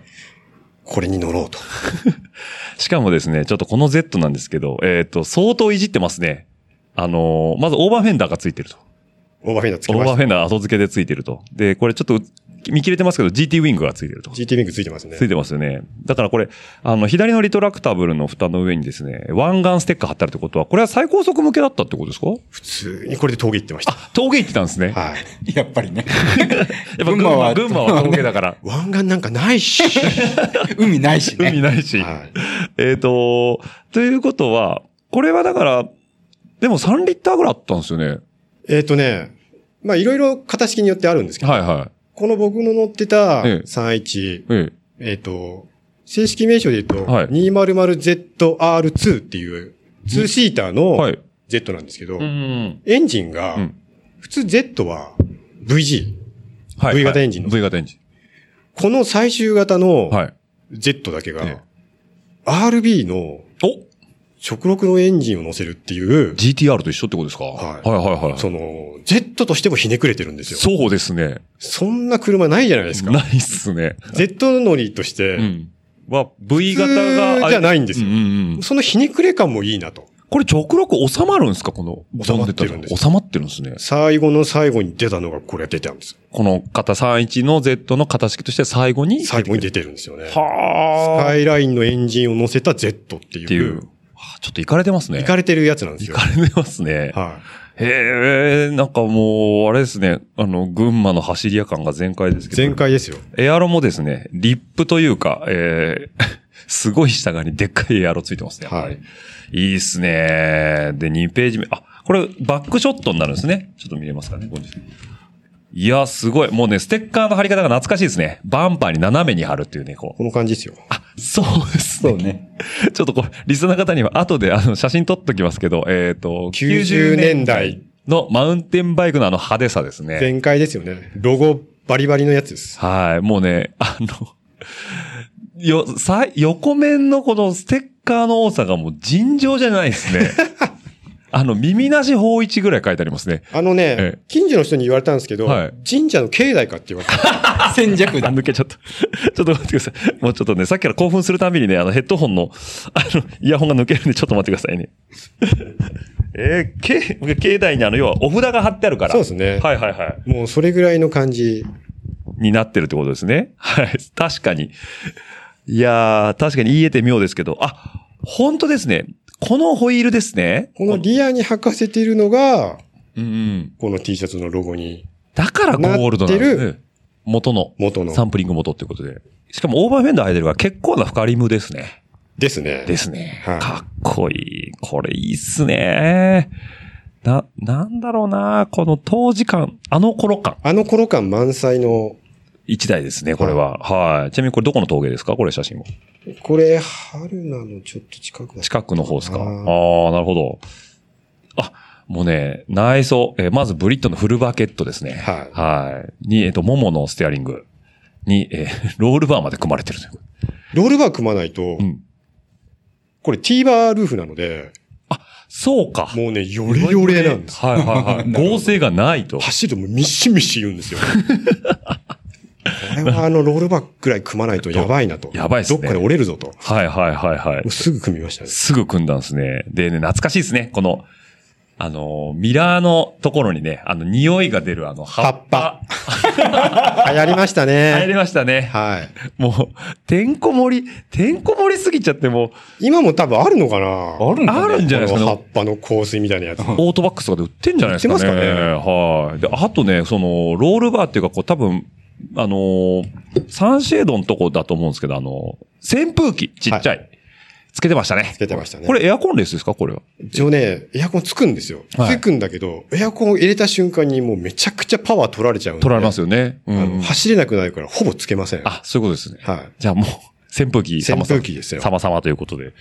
Speaker 6: これに乗ろうと。
Speaker 1: しかもですね、ちょっとこの Z なんですけど、えっと、相当いじってますね。あのー、まずオーバーフェンダーがついてると。
Speaker 6: オーバーフェンダーつけ
Speaker 1: オー
Speaker 6: ま
Speaker 1: バー
Speaker 6: し
Speaker 1: フ
Speaker 6: た。
Speaker 1: ェンダー後付けでついてると。で、これちょっと見切れてますけど、GT ウィングがついてると。
Speaker 6: GT ミングついてますね
Speaker 1: つ。いてますよね。だからこれ、あの、左のリトラクタブルの蓋の上にですね、湾岸ステッカー貼ってあるってことは、これは最高速向けだったってことですか
Speaker 6: 普通にこれで峠行ってました。
Speaker 1: 峠行ってたんですね。
Speaker 6: はい。
Speaker 5: やっぱ りね。
Speaker 1: やっぱ群馬は、群馬 は峠だから。
Speaker 6: 湾岸なんかないし。
Speaker 5: 海ないしね。
Speaker 1: 海ないし。
Speaker 6: はい。
Speaker 1: えっと、ということは、これはだから、でも3リッターぐらいあったんですよね。
Speaker 6: えっ、とね、まあいろいろ形式によってあるんですけど、
Speaker 1: はいは
Speaker 6: この僕の乗ってた
Speaker 1: ええ
Speaker 6: 31、
Speaker 1: い。え
Speaker 6: えっ、と、正式名称で言うと、
Speaker 1: はい
Speaker 6: 200ZR2 っていう2シーター
Speaker 1: え。は
Speaker 6: の
Speaker 1: い。
Speaker 6: Z なんですけど、
Speaker 1: ん。
Speaker 6: エンジンが
Speaker 1: うん、
Speaker 6: 普通 Z は VG。
Speaker 1: はい
Speaker 6: V 型エンジンの
Speaker 1: V 型エンジ
Speaker 6: この最終型の
Speaker 1: ン。はい。
Speaker 6: Z だけが、
Speaker 1: え
Speaker 6: RB の
Speaker 1: お
Speaker 6: 直録のエンジンを乗せるっていう、
Speaker 1: !GTR と一緒ってことですか
Speaker 6: はい
Speaker 1: はいはいはい。
Speaker 6: その、Z としてもひねくれてるんですよ。
Speaker 1: そうですね。
Speaker 6: そんな車ないじゃないですか。
Speaker 1: ないっすね。
Speaker 6: Z 乗りとして、
Speaker 1: うん。は、V 型が。
Speaker 6: 普通じゃないんですよ
Speaker 1: うんうんうん
Speaker 6: そのひねくれ感もいいなと。
Speaker 1: これ直録収まるんですかこの、
Speaker 6: 収まってるんです
Speaker 1: 収まってるんですね。
Speaker 6: 最後の最後に出たのがこれ出てるんです。
Speaker 1: この型31の Z の形式として最後に。
Speaker 6: 最後に出てるんですよね。ス
Speaker 1: はあ。
Speaker 6: カイラインのエンジンを乗せた Z って
Speaker 1: ってい
Speaker 6: いう
Speaker 1: う。、はあちょっと行かれてますね。
Speaker 6: いかれてるやつなんです
Speaker 1: 行
Speaker 6: よ。
Speaker 1: かれてますね。
Speaker 6: は
Speaker 1: へえ、なんかもう、あれですね、あの、群馬の走り屋感が全開です
Speaker 6: い。
Speaker 1: けど。
Speaker 6: 全開ですよ。
Speaker 1: エアロもですね、リップというか、えー すごい下側にでっかいエアロついてますね。
Speaker 6: はい
Speaker 1: い。いいっすね。で、2ページ目。あ、これ、バックショットになるんですね。ちょっと見れますかね、こっちいや、すごい。もうね、ステッカーの貼り方が懐かしいですね。バンパーに斜めに貼るっていうね、こう。
Speaker 6: この感じですよ。
Speaker 1: あ、そうです
Speaker 5: そう
Speaker 1: ね。
Speaker 5: ね。
Speaker 1: ちょっとこれ、リスナーの方には後であの写真撮っときますけど、えっ、と、
Speaker 6: 90年代
Speaker 1: のマウンテンバイクのあの派手さですね。
Speaker 6: 全開ですよね。ロゴバリバリのやつです。
Speaker 1: はい、もうね、 あの、よ、さ、横面のこのステッカーの多さがもう尋常じゃないです ね。あの、耳なし法一ぐらい書いてありますね。
Speaker 6: あの
Speaker 1: ええ
Speaker 6: ね、近所の人に言われたんですけど、
Speaker 1: はい
Speaker 6: 神社の境内かって言われた。
Speaker 5: 戦略
Speaker 1: あ、
Speaker 5: だ。
Speaker 1: 抜けちゃった。 ちょっと待ってください。もうちょっとね、さっきから興奮するたびにね、あのヘッドホンの、あの、イヤホンが抜けるんで、ちょっと待ってくださ いね。えー、け、 境内にあの、要はお札が貼ってあるから。
Speaker 6: そうですね
Speaker 1: はいはいはい。
Speaker 6: もうそれぐらいの感じ。
Speaker 1: になってるってことですね。はい。確かに。いやー、確かに言えて妙ですけど、あ、本当ですね。このホイールですね。
Speaker 6: このリアに履かせているのが、
Speaker 1: うんうん。
Speaker 6: この T シャツのロゴに
Speaker 1: だからゴールドなんです
Speaker 6: なっ
Speaker 1: ね。元の。
Speaker 6: 元の
Speaker 1: サ。ンプリング元ってことで。しかもオーバーフェンダー履いてるから結構な深リムですね。
Speaker 6: ですね。
Speaker 1: ですね。
Speaker 6: はい
Speaker 1: かっこいい。これいいっすね。な、なんだろうな。この当時感、あの頃感。
Speaker 6: あの頃感満載の、
Speaker 1: 一台ですね、これは。はい。ちなみにこれどこの峠ですかこれ写真も。
Speaker 6: これ、春菜のちょっと近くだ
Speaker 1: 近くの方ですか。あ
Speaker 6: あ
Speaker 1: あ
Speaker 6: ー
Speaker 1: ー、なるほど。あ、もうね、内装、えーまずブリットのフルバケットですね。
Speaker 6: はい
Speaker 1: はい。に、えっ、と、モモのステアリングに、えー ロールバーまで組まれてるという。
Speaker 6: ロールバー組まないと、
Speaker 1: うん
Speaker 6: これ T バールーフなので、
Speaker 1: そうか。
Speaker 6: もうね、ヨレヨレ なんです。
Speaker 1: はいはいはい。合成がないと。
Speaker 6: 走るともうミシミシ言うんです よ。これはあのロールバーくらい組まないとやばいなと。
Speaker 1: やばいっすね
Speaker 6: どっかで折れるぞと。も。
Speaker 1: はいはいはいはいう
Speaker 6: すぐ組みましたね。
Speaker 1: すぐ組んだんですね。でね、懐かしいですね。この、あのー、ミラーのところにね、あの、匂いが出るあの、葉っぱ。
Speaker 6: 流行りました
Speaker 1: 入り
Speaker 6: ね。
Speaker 1: ましたね。
Speaker 6: はい。
Speaker 1: もう、てんこ盛り、てんこ盛りすぎちゃってもう、
Speaker 6: 今も多分あるのかな
Speaker 5: あるんだ、ね、
Speaker 1: あるんじゃないです
Speaker 6: この
Speaker 1: かね
Speaker 6: 葉っぱの香水みたいなやつ。
Speaker 1: オートバックスとかで売ってんじゃないですかね。
Speaker 6: 売ってますかね
Speaker 1: はい。で、あとね、その、ロールバーっていうか、こう、多分、あのーサンシェードのとこだと思うんですけど、あのー扇風機、ちっちゃい。つけてましたね。つ
Speaker 6: けてましたね
Speaker 1: これエアコンレースですかこれは。
Speaker 6: 一応ね、エアコンつくんですよ。
Speaker 1: はい
Speaker 6: つくんだけど、エアコンを入れた瞬間にもうめちゃくちゃパワー取られちゃうんで。
Speaker 1: 取られます
Speaker 6: よ。
Speaker 1: よね。う
Speaker 6: あ
Speaker 1: ん
Speaker 6: の。走れなくなるからほぼつけません。
Speaker 1: あ、そういうことですね。
Speaker 6: はい。
Speaker 1: じゃあもう、扇風機様々、
Speaker 6: 扇風機ですよ
Speaker 1: 様々ということで。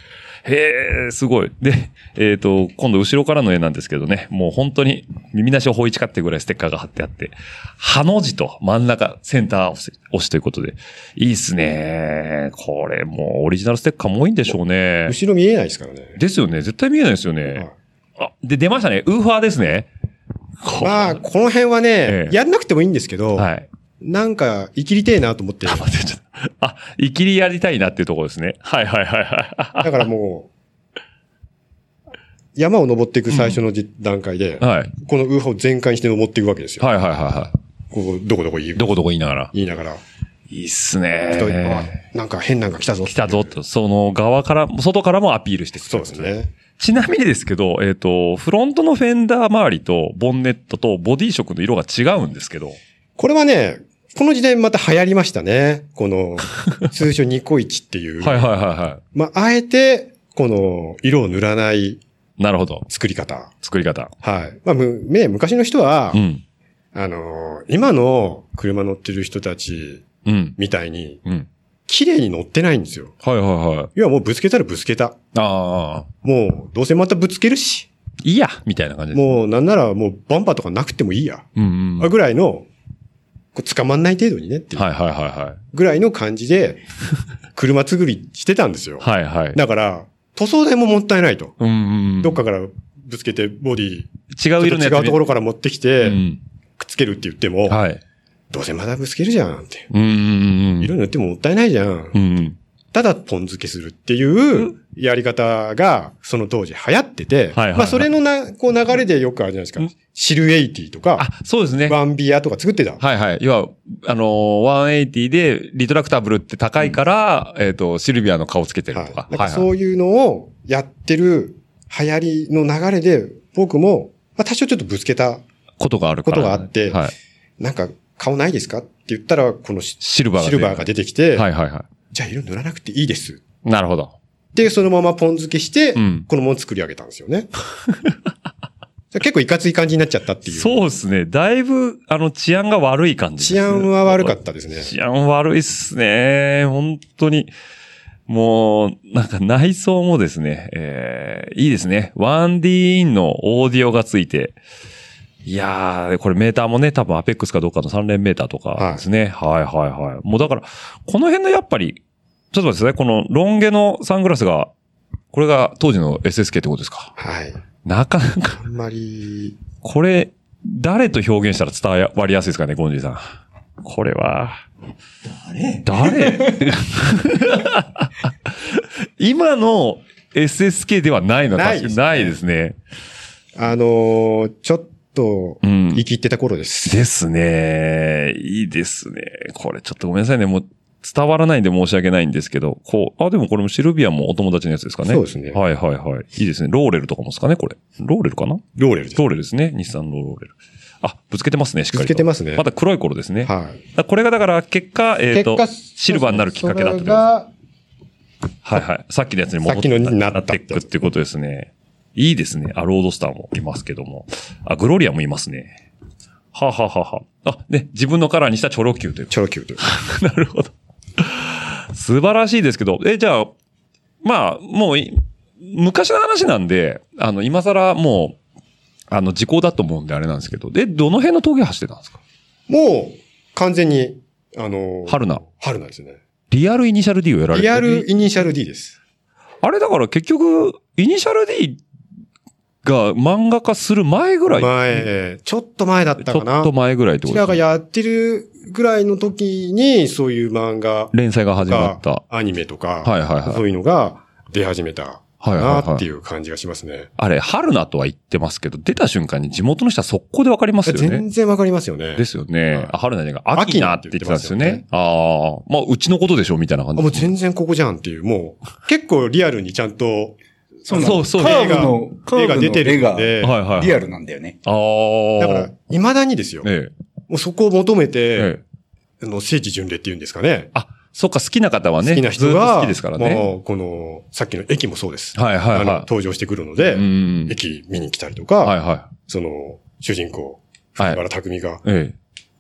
Speaker 1: へえ、すごい。で、えっ、と、今度後ろからの絵なんですけどね、もう本当に耳なしをほいちかってぐらいステッカーが貼ってあって、ハの字と真ん中、センター押し押しということで。いいっすね。これもうオリジナルステッカーも多いんでしょうね。
Speaker 6: 後ろ見えないですからね。
Speaker 1: ですよね。絶対見えないですよね。あ、で、出ましたね。ウーファーですね。こ
Speaker 6: まあ、この辺はね
Speaker 1: え、え
Speaker 6: やんなくてもいいんですけど、
Speaker 1: はい。
Speaker 6: なんか、生きりてえなと思って。だ
Speaker 1: 待って、ちょっと。あ、イキリやりたいなっていうところですね。はいはいはいは
Speaker 6: からもう、山を登っていく最初のじ段階で、
Speaker 1: い。はい。
Speaker 6: このウーハを全開して登っていくわけですよ。
Speaker 1: はいはいはいは
Speaker 6: ここ、どこどこ言い
Speaker 1: い。どこどこ言いながら。
Speaker 6: 言いながら、
Speaker 1: いいっす
Speaker 6: と
Speaker 1: ね。
Speaker 6: あなんか変なんか来たぞ。
Speaker 1: 来たぞと、その側から、外からもアピールしてくる
Speaker 6: そうです。ね。
Speaker 1: ちなみにですけど、えっ、と、フロントのフェンダー周りと、ボンネットとボディ色の色が違うんですけど、
Speaker 6: これはね、この時代また流行りましたね。こ の、通称ニコイチっていう。
Speaker 1: はいはいはいは
Speaker 6: まあ、あえて、この、色を塗らない
Speaker 1: い。なるほど。
Speaker 6: 作り方。
Speaker 1: 作り方。
Speaker 6: はい。まあ、む、ね、昔の人は
Speaker 1: う、ん。
Speaker 6: あのー今の車乗ってる人たち
Speaker 1: うん。
Speaker 6: みたいに、
Speaker 1: うん。
Speaker 6: 綺麗に乗ってないんですよ。
Speaker 1: はいはいはい。
Speaker 6: 要はもうぶつけたらぶつけた。
Speaker 1: ああ。
Speaker 6: もう、どうせまたぶつけるし、
Speaker 1: いいやみたいな感じです。
Speaker 6: もうなんならもうバンパーとかなくてもいいや。
Speaker 1: う。うんうん。はい
Speaker 6: ぐらいの、こう捕まんない程度にねっていう
Speaker 1: はいはいは
Speaker 6: ぐらいの感じ で、車作りしてたんですよ。
Speaker 1: い。はいはい。
Speaker 6: だから、塗装代ももったいないと。
Speaker 1: うんうんうん。
Speaker 6: どっかからぶつけてボディ、
Speaker 1: 違う
Speaker 6: ちょ
Speaker 1: 色
Speaker 6: っ
Speaker 1: の
Speaker 6: と
Speaker 1: やつ
Speaker 6: 違うとこ
Speaker 1: ろ
Speaker 6: ろから持ってきて、
Speaker 1: うん。
Speaker 6: くっつけるって言っても、
Speaker 1: はい。
Speaker 6: どうせまだぶつけるじゃんって。
Speaker 1: うんうんうん。
Speaker 6: 色塗ってももったいないじゃん
Speaker 1: う。んうん。
Speaker 6: ただポン付けするっていうやり方が、その当時流行ってて、
Speaker 1: はいはいはい
Speaker 6: まあそれのな、こう流れでよくあるじゃないですか
Speaker 1: うん。
Speaker 6: シルエイティとか、
Speaker 1: あ、そうですね。
Speaker 6: ワンビアとか作ってた。
Speaker 1: はいはい。要は、あのー、180でリトラクタブルって高いから、えっ、と、シルビアの顔つけてる
Speaker 6: はい
Speaker 1: とか。
Speaker 6: なん
Speaker 1: は
Speaker 6: か
Speaker 1: い
Speaker 6: そ
Speaker 1: は
Speaker 6: ういうのをやってる流行りの流れで、僕も、まあ多少ちょっとぶつけた、
Speaker 1: い。ことがあるから、
Speaker 6: ことがあって
Speaker 1: はい。
Speaker 6: なんか顔ないですかって言ったら、このシ
Speaker 1: シルバーが
Speaker 6: シ
Speaker 1: 出
Speaker 6: ル
Speaker 1: る。
Speaker 6: バーが出てきて、
Speaker 1: はいはいは
Speaker 6: じゃあ色塗らなくていいです。
Speaker 1: い。なるほど。
Speaker 6: で、そのままポン付けして、
Speaker 1: うん
Speaker 6: このもの作り上げたんですよ ね。結構いかつい感じになっちゃったっていう。
Speaker 1: そうですね。だいぶ、あの、治安が悪い感じ
Speaker 6: 治
Speaker 1: ですね、
Speaker 6: 安は悪かったですね。
Speaker 1: 治安悪いっすね。本当に。もう、なんか内装もですね、えー、いいですね。1D インのオーディオがついて。いやー、これメーターもね、多分アペックスかどうかの3連メーターとかですね。はい、はい、はい。もうだから、この辺のやっぱり、ちょっと待ってください。このロン毛のサングラスが、これが当時の SSK ってことですか
Speaker 6: はい。
Speaker 1: なかなか、
Speaker 6: あんまり、
Speaker 1: これ、誰と表現したら伝わりやすいですかね、ゴンジーさん。これは。誰 誰今の SSK ではないのは確かに
Speaker 6: な
Speaker 1: ないい
Speaker 6: で
Speaker 1: ですね。
Speaker 6: あのーちょっと、
Speaker 1: うん
Speaker 6: 生きってた頃です。
Speaker 1: ですね。いいですね。これちょっとごめんなさいね。もう、伝わらないんで申し訳ないんですけど、こう、あ、でもこれもシルビアもお友達のやつですかね。
Speaker 6: そうですね
Speaker 1: はいはいはい。いいですね。ローレルとかもですかね、これ。ローレルかな
Speaker 6: ローレルです。
Speaker 1: ローレルですね。日産のローレル。あ、ぶつけてますね、しっかりと。
Speaker 6: ぶつけてますね
Speaker 1: まだ黒い頃ですね。だか
Speaker 6: はい。
Speaker 1: らこれがだから、結果、えっ、と、シルバーになるきっかけだっ
Speaker 6: そ
Speaker 1: たと
Speaker 6: れが、
Speaker 1: はいはい。さっきのやつに戻
Speaker 6: さっきのになったって
Speaker 1: っていくってことですね。いいですね。あ、ロードスターもいますけども。あ、グロリアもいますね。はあはあはあはあ。あ、ね、自分のカラーにしたチョロ Q という。
Speaker 6: チョロキューという。
Speaker 1: なるほど。素晴らしいですけど、え、じゃあ、まあ、もうい、昔の話なんで、あの、今更もう、あの、時効だと思うんであれなんですけど、で、どの辺の峠走ってたんですか
Speaker 6: もう、完全に、あのー、
Speaker 1: 春菜。
Speaker 6: 春なんですね。
Speaker 1: リアルイニシャル D をやられて
Speaker 6: リアルイニシャル D です。
Speaker 1: あれだから結局、イニシャル D が漫画化する前ぐらい。
Speaker 6: 前、ちょっと前だった
Speaker 1: ち
Speaker 6: か
Speaker 1: ょっ
Speaker 6: な。
Speaker 1: と前ぐらいって
Speaker 6: う
Speaker 1: こ
Speaker 6: ち
Speaker 1: と
Speaker 6: ら
Speaker 1: で
Speaker 6: が
Speaker 1: すね
Speaker 6: やってるぐらいの時に、そういう漫画
Speaker 1: 連載が始まった。
Speaker 6: が
Speaker 1: は、
Speaker 6: アニメとか、
Speaker 1: いはいは
Speaker 6: そ
Speaker 1: い。
Speaker 6: ういうのが出始めた
Speaker 1: はい
Speaker 6: な
Speaker 1: はい
Speaker 6: っ
Speaker 1: は
Speaker 6: て
Speaker 1: い。
Speaker 6: いう感じがしますね。
Speaker 1: あれ、春菜とは言ってますけど、出た瞬間に地元の人は速攻でわかりますよね。
Speaker 6: 全然わかりますよね。
Speaker 1: ですよ
Speaker 6: は
Speaker 1: ね
Speaker 6: い。
Speaker 1: あ春菜じゃないか。秋菜って言ってたんですよね。ああ。まあ、うちのことでしょみたいな感
Speaker 6: あ
Speaker 1: じ。
Speaker 6: もう全然ここじゃんっていう、もう、結構リアルにちゃんと、
Speaker 5: そう
Speaker 1: そうそう
Speaker 5: カー
Speaker 6: 絵
Speaker 5: ブ
Speaker 6: が
Speaker 5: の、カ
Speaker 6: 絵
Speaker 5: ーブ
Speaker 6: が
Speaker 5: の
Speaker 6: 出てる
Speaker 5: 絵
Speaker 6: ん
Speaker 5: が
Speaker 6: で、
Speaker 1: はいはいはい。
Speaker 5: リ
Speaker 1: あ
Speaker 5: アルなんだよね。
Speaker 1: あー。
Speaker 6: だから、未だにですよ、
Speaker 1: ええ。
Speaker 6: もうそこを求め
Speaker 1: え
Speaker 6: て、
Speaker 1: え。
Speaker 6: あの、聖地巡礼っていうんですかね。
Speaker 1: あ、そっか、好きな方はね。
Speaker 6: 好きな人
Speaker 1: ずっと
Speaker 6: が、
Speaker 1: 好きですからね。
Speaker 6: もう、この、さっきの駅もそうです。
Speaker 1: はいはい
Speaker 6: あの、
Speaker 1: は
Speaker 6: 登場してくるの
Speaker 1: い。
Speaker 6: で
Speaker 1: う、ん。
Speaker 6: 駅見に来たりとか、
Speaker 1: はいは
Speaker 6: その、主人公、
Speaker 1: い。は
Speaker 6: だか
Speaker 1: い。
Speaker 6: ら匠が
Speaker 1: え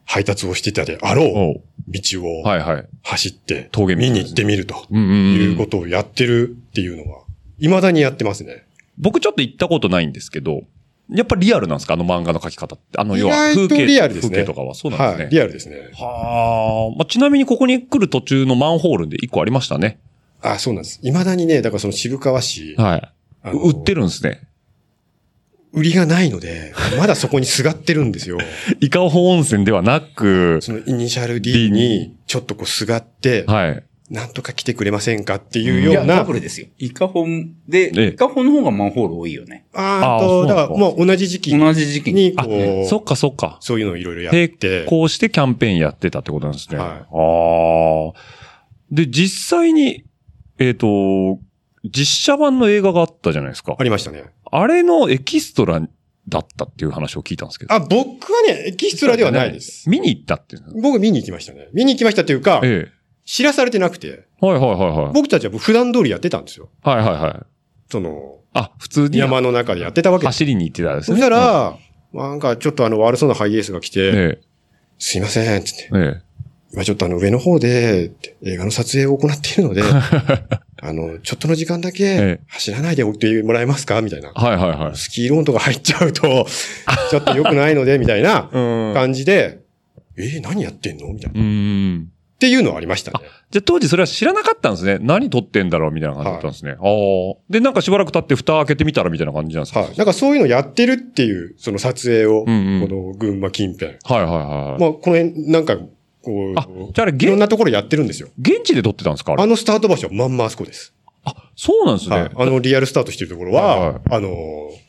Speaker 6: 配達をしてたであろ
Speaker 1: え。
Speaker 6: う
Speaker 1: おう
Speaker 6: 道を
Speaker 1: はいはい。
Speaker 6: 走って、
Speaker 1: 峠道
Speaker 6: 見に行ってみると
Speaker 1: うんうん
Speaker 6: い
Speaker 1: うん
Speaker 6: うことをやってるっていうのは、未だにやってますね。
Speaker 1: 僕ちょっと行ったことないんですけど、やっぱリアルなんですかあの漫画の描き方って。あの、要は
Speaker 6: 意外
Speaker 1: 風
Speaker 6: と
Speaker 1: 景
Speaker 6: リアルですね
Speaker 1: 風景とかは。そうなん
Speaker 6: は
Speaker 1: で
Speaker 6: い。
Speaker 1: すね。
Speaker 6: リアルですね。
Speaker 1: はあ。まあ、ちなみにここに来る途中のマンホールで一個ありましたね。
Speaker 6: あ、そうなんです。未だにね、だからその渋川市、
Speaker 1: はい。
Speaker 6: あの
Speaker 1: 売ってるんですね。
Speaker 6: 売りがないので、まだそこにすがってるんです よ。
Speaker 1: 伊香保温泉ではなく、
Speaker 6: そのイニシャル D に、ちょっとこうすがって、
Speaker 1: はい。
Speaker 6: なんとか来てくれませんかっていう
Speaker 5: い
Speaker 6: よ
Speaker 5: や、
Speaker 6: う
Speaker 5: ダ
Speaker 6: な
Speaker 5: ブ、ルですよ。イカホンで、
Speaker 1: ええ
Speaker 5: イカホンの方がマンホール多いよね。
Speaker 6: あー
Speaker 1: あー
Speaker 6: あ
Speaker 1: そう
Speaker 6: と、
Speaker 1: なん
Speaker 6: だ
Speaker 1: だ
Speaker 6: からもう同じ時期
Speaker 5: 同じ時期に。
Speaker 6: に、こ
Speaker 1: あ、そっ
Speaker 6: う、
Speaker 1: かそっか。
Speaker 6: そういうのをいろいろやっ
Speaker 1: 並
Speaker 6: て、
Speaker 1: 行してキャンペーンやってたってことなんですね。
Speaker 6: はい
Speaker 1: ああ。で、実際に、えっ、と、実写版の映画があったじゃないですか。
Speaker 6: ありましたね。
Speaker 1: あれのエキストラだったっていう話を聞いたんですけど。
Speaker 6: あ、僕はね、エキストラではないです。
Speaker 1: 見に行ったっていうの
Speaker 6: 僕見に行きましたね。見に行きましたというか、
Speaker 1: え
Speaker 6: 知らされてなくて、
Speaker 1: え。はいはいはいはい。
Speaker 6: 僕たちは普段通りやってたんですよ。
Speaker 1: はいはいはい。
Speaker 6: その、
Speaker 1: あ、普通に
Speaker 6: 山の中でやってたわけです。
Speaker 1: 走りに行ってたんです
Speaker 6: そ
Speaker 1: ね。
Speaker 6: した
Speaker 1: うん、
Speaker 6: ら、なんかちょっとあの悪そうなハイエースが来て、
Speaker 1: え
Speaker 6: すいません、つって
Speaker 1: え、、え
Speaker 6: 今ちょっとあの上の方でって映画の撮影を行ってい るので、あの、ちょっとの時間だけ
Speaker 1: え
Speaker 6: 走らないでおいてもらえますかみたいな。
Speaker 1: え。はいはいはい。
Speaker 6: スキーローンとか入っちゃう と、ちょっと良くないので、みたいな
Speaker 1: うん。う
Speaker 6: 感じで、えー何やってんのみたいな。っ
Speaker 1: ーん。
Speaker 6: ていうのはありましたね。
Speaker 1: じゃあ当時それは知らなかったんですね。何撮ってんだろうみたいな感じだったんですね。ああ。で、なんかしばらく経って蓋開けてみたらみたいな感じなんですか
Speaker 6: はい。なんかそういうのやってるっていう、その撮影を、こ
Speaker 1: うんうん
Speaker 6: の群馬近辺。
Speaker 1: はいはいはい。
Speaker 6: まあ、この辺、なんか、こ
Speaker 1: あ、
Speaker 6: う、
Speaker 1: じゃああれ、
Speaker 6: いろん
Speaker 1: 現
Speaker 6: なところやってるんですよ。
Speaker 1: 現地で撮ってたんですかあれ
Speaker 6: あのスタート場所はまんまあそこです。
Speaker 1: あ、そうなんですね。
Speaker 6: はい。あのリアルスタートしてるところ
Speaker 1: はいは、
Speaker 6: はいあの、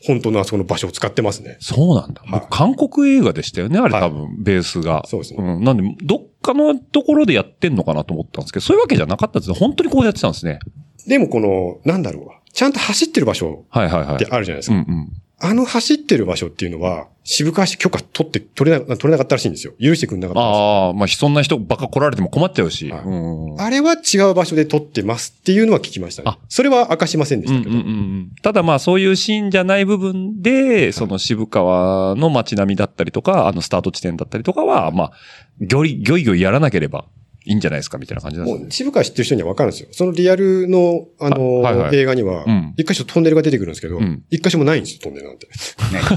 Speaker 6: 本当のあそこの場所を使ってますね。
Speaker 1: そうなんだ。
Speaker 6: はい
Speaker 1: 僕韓国映画でしたよね、あれ
Speaker 6: はい
Speaker 1: 多分、ベースが。
Speaker 6: そうですね
Speaker 1: ん。なんで、どっかのところでやってんのかなと思ったんですけど、そういうわけじゃなかったんですね。本当にこうやってたんですね。
Speaker 6: でもこの、なんだろうわちゃんと走ってる場所
Speaker 1: はいはいは
Speaker 6: って
Speaker 1: い。
Speaker 6: あるじゃないです
Speaker 1: うん
Speaker 6: か。
Speaker 1: うん。
Speaker 6: あの走ってる場所っていうのは、渋川市許可取って、取れな、取れなかったらしいんですよ。許してくれなかったらしい
Speaker 1: ああ、まあ、そんな人ばっか来られても困っちゃうし。
Speaker 6: はい
Speaker 1: うんうん。
Speaker 6: あれは違う場所で撮ってますっていうのは聞きましたね
Speaker 1: あ。
Speaker 6: それは明かしませんで
Speaker 1: う
Speaker 6: し
Speaker 1: ん
Speaker 6: たけ
Speaker 1: うんう
Speaker 6: ど。
Speaker 1: んうん、ただまあそういうシーンじゃない部分で、その渋川の街並みだったりとか、あのスタート地点だったりとかは、まあ、ぎょいぎょいぎょいやらなければいいんじゃないですかみたいな感じなんで
Speaker 6: も
Speaker 1: すね。
Speaker 6: う、渋川知ってる人には分かるんですよ。そのリアルの、あの、
Speaker 1: はいはい
Speaker 6: 映画には
Speaker 1: うん、
Speaker 6: 一箇所トンネルが出てくるんですけど
Speaker 1: うん、
Speaker 6: 一、箇所もないんですよ、トンネルなんて。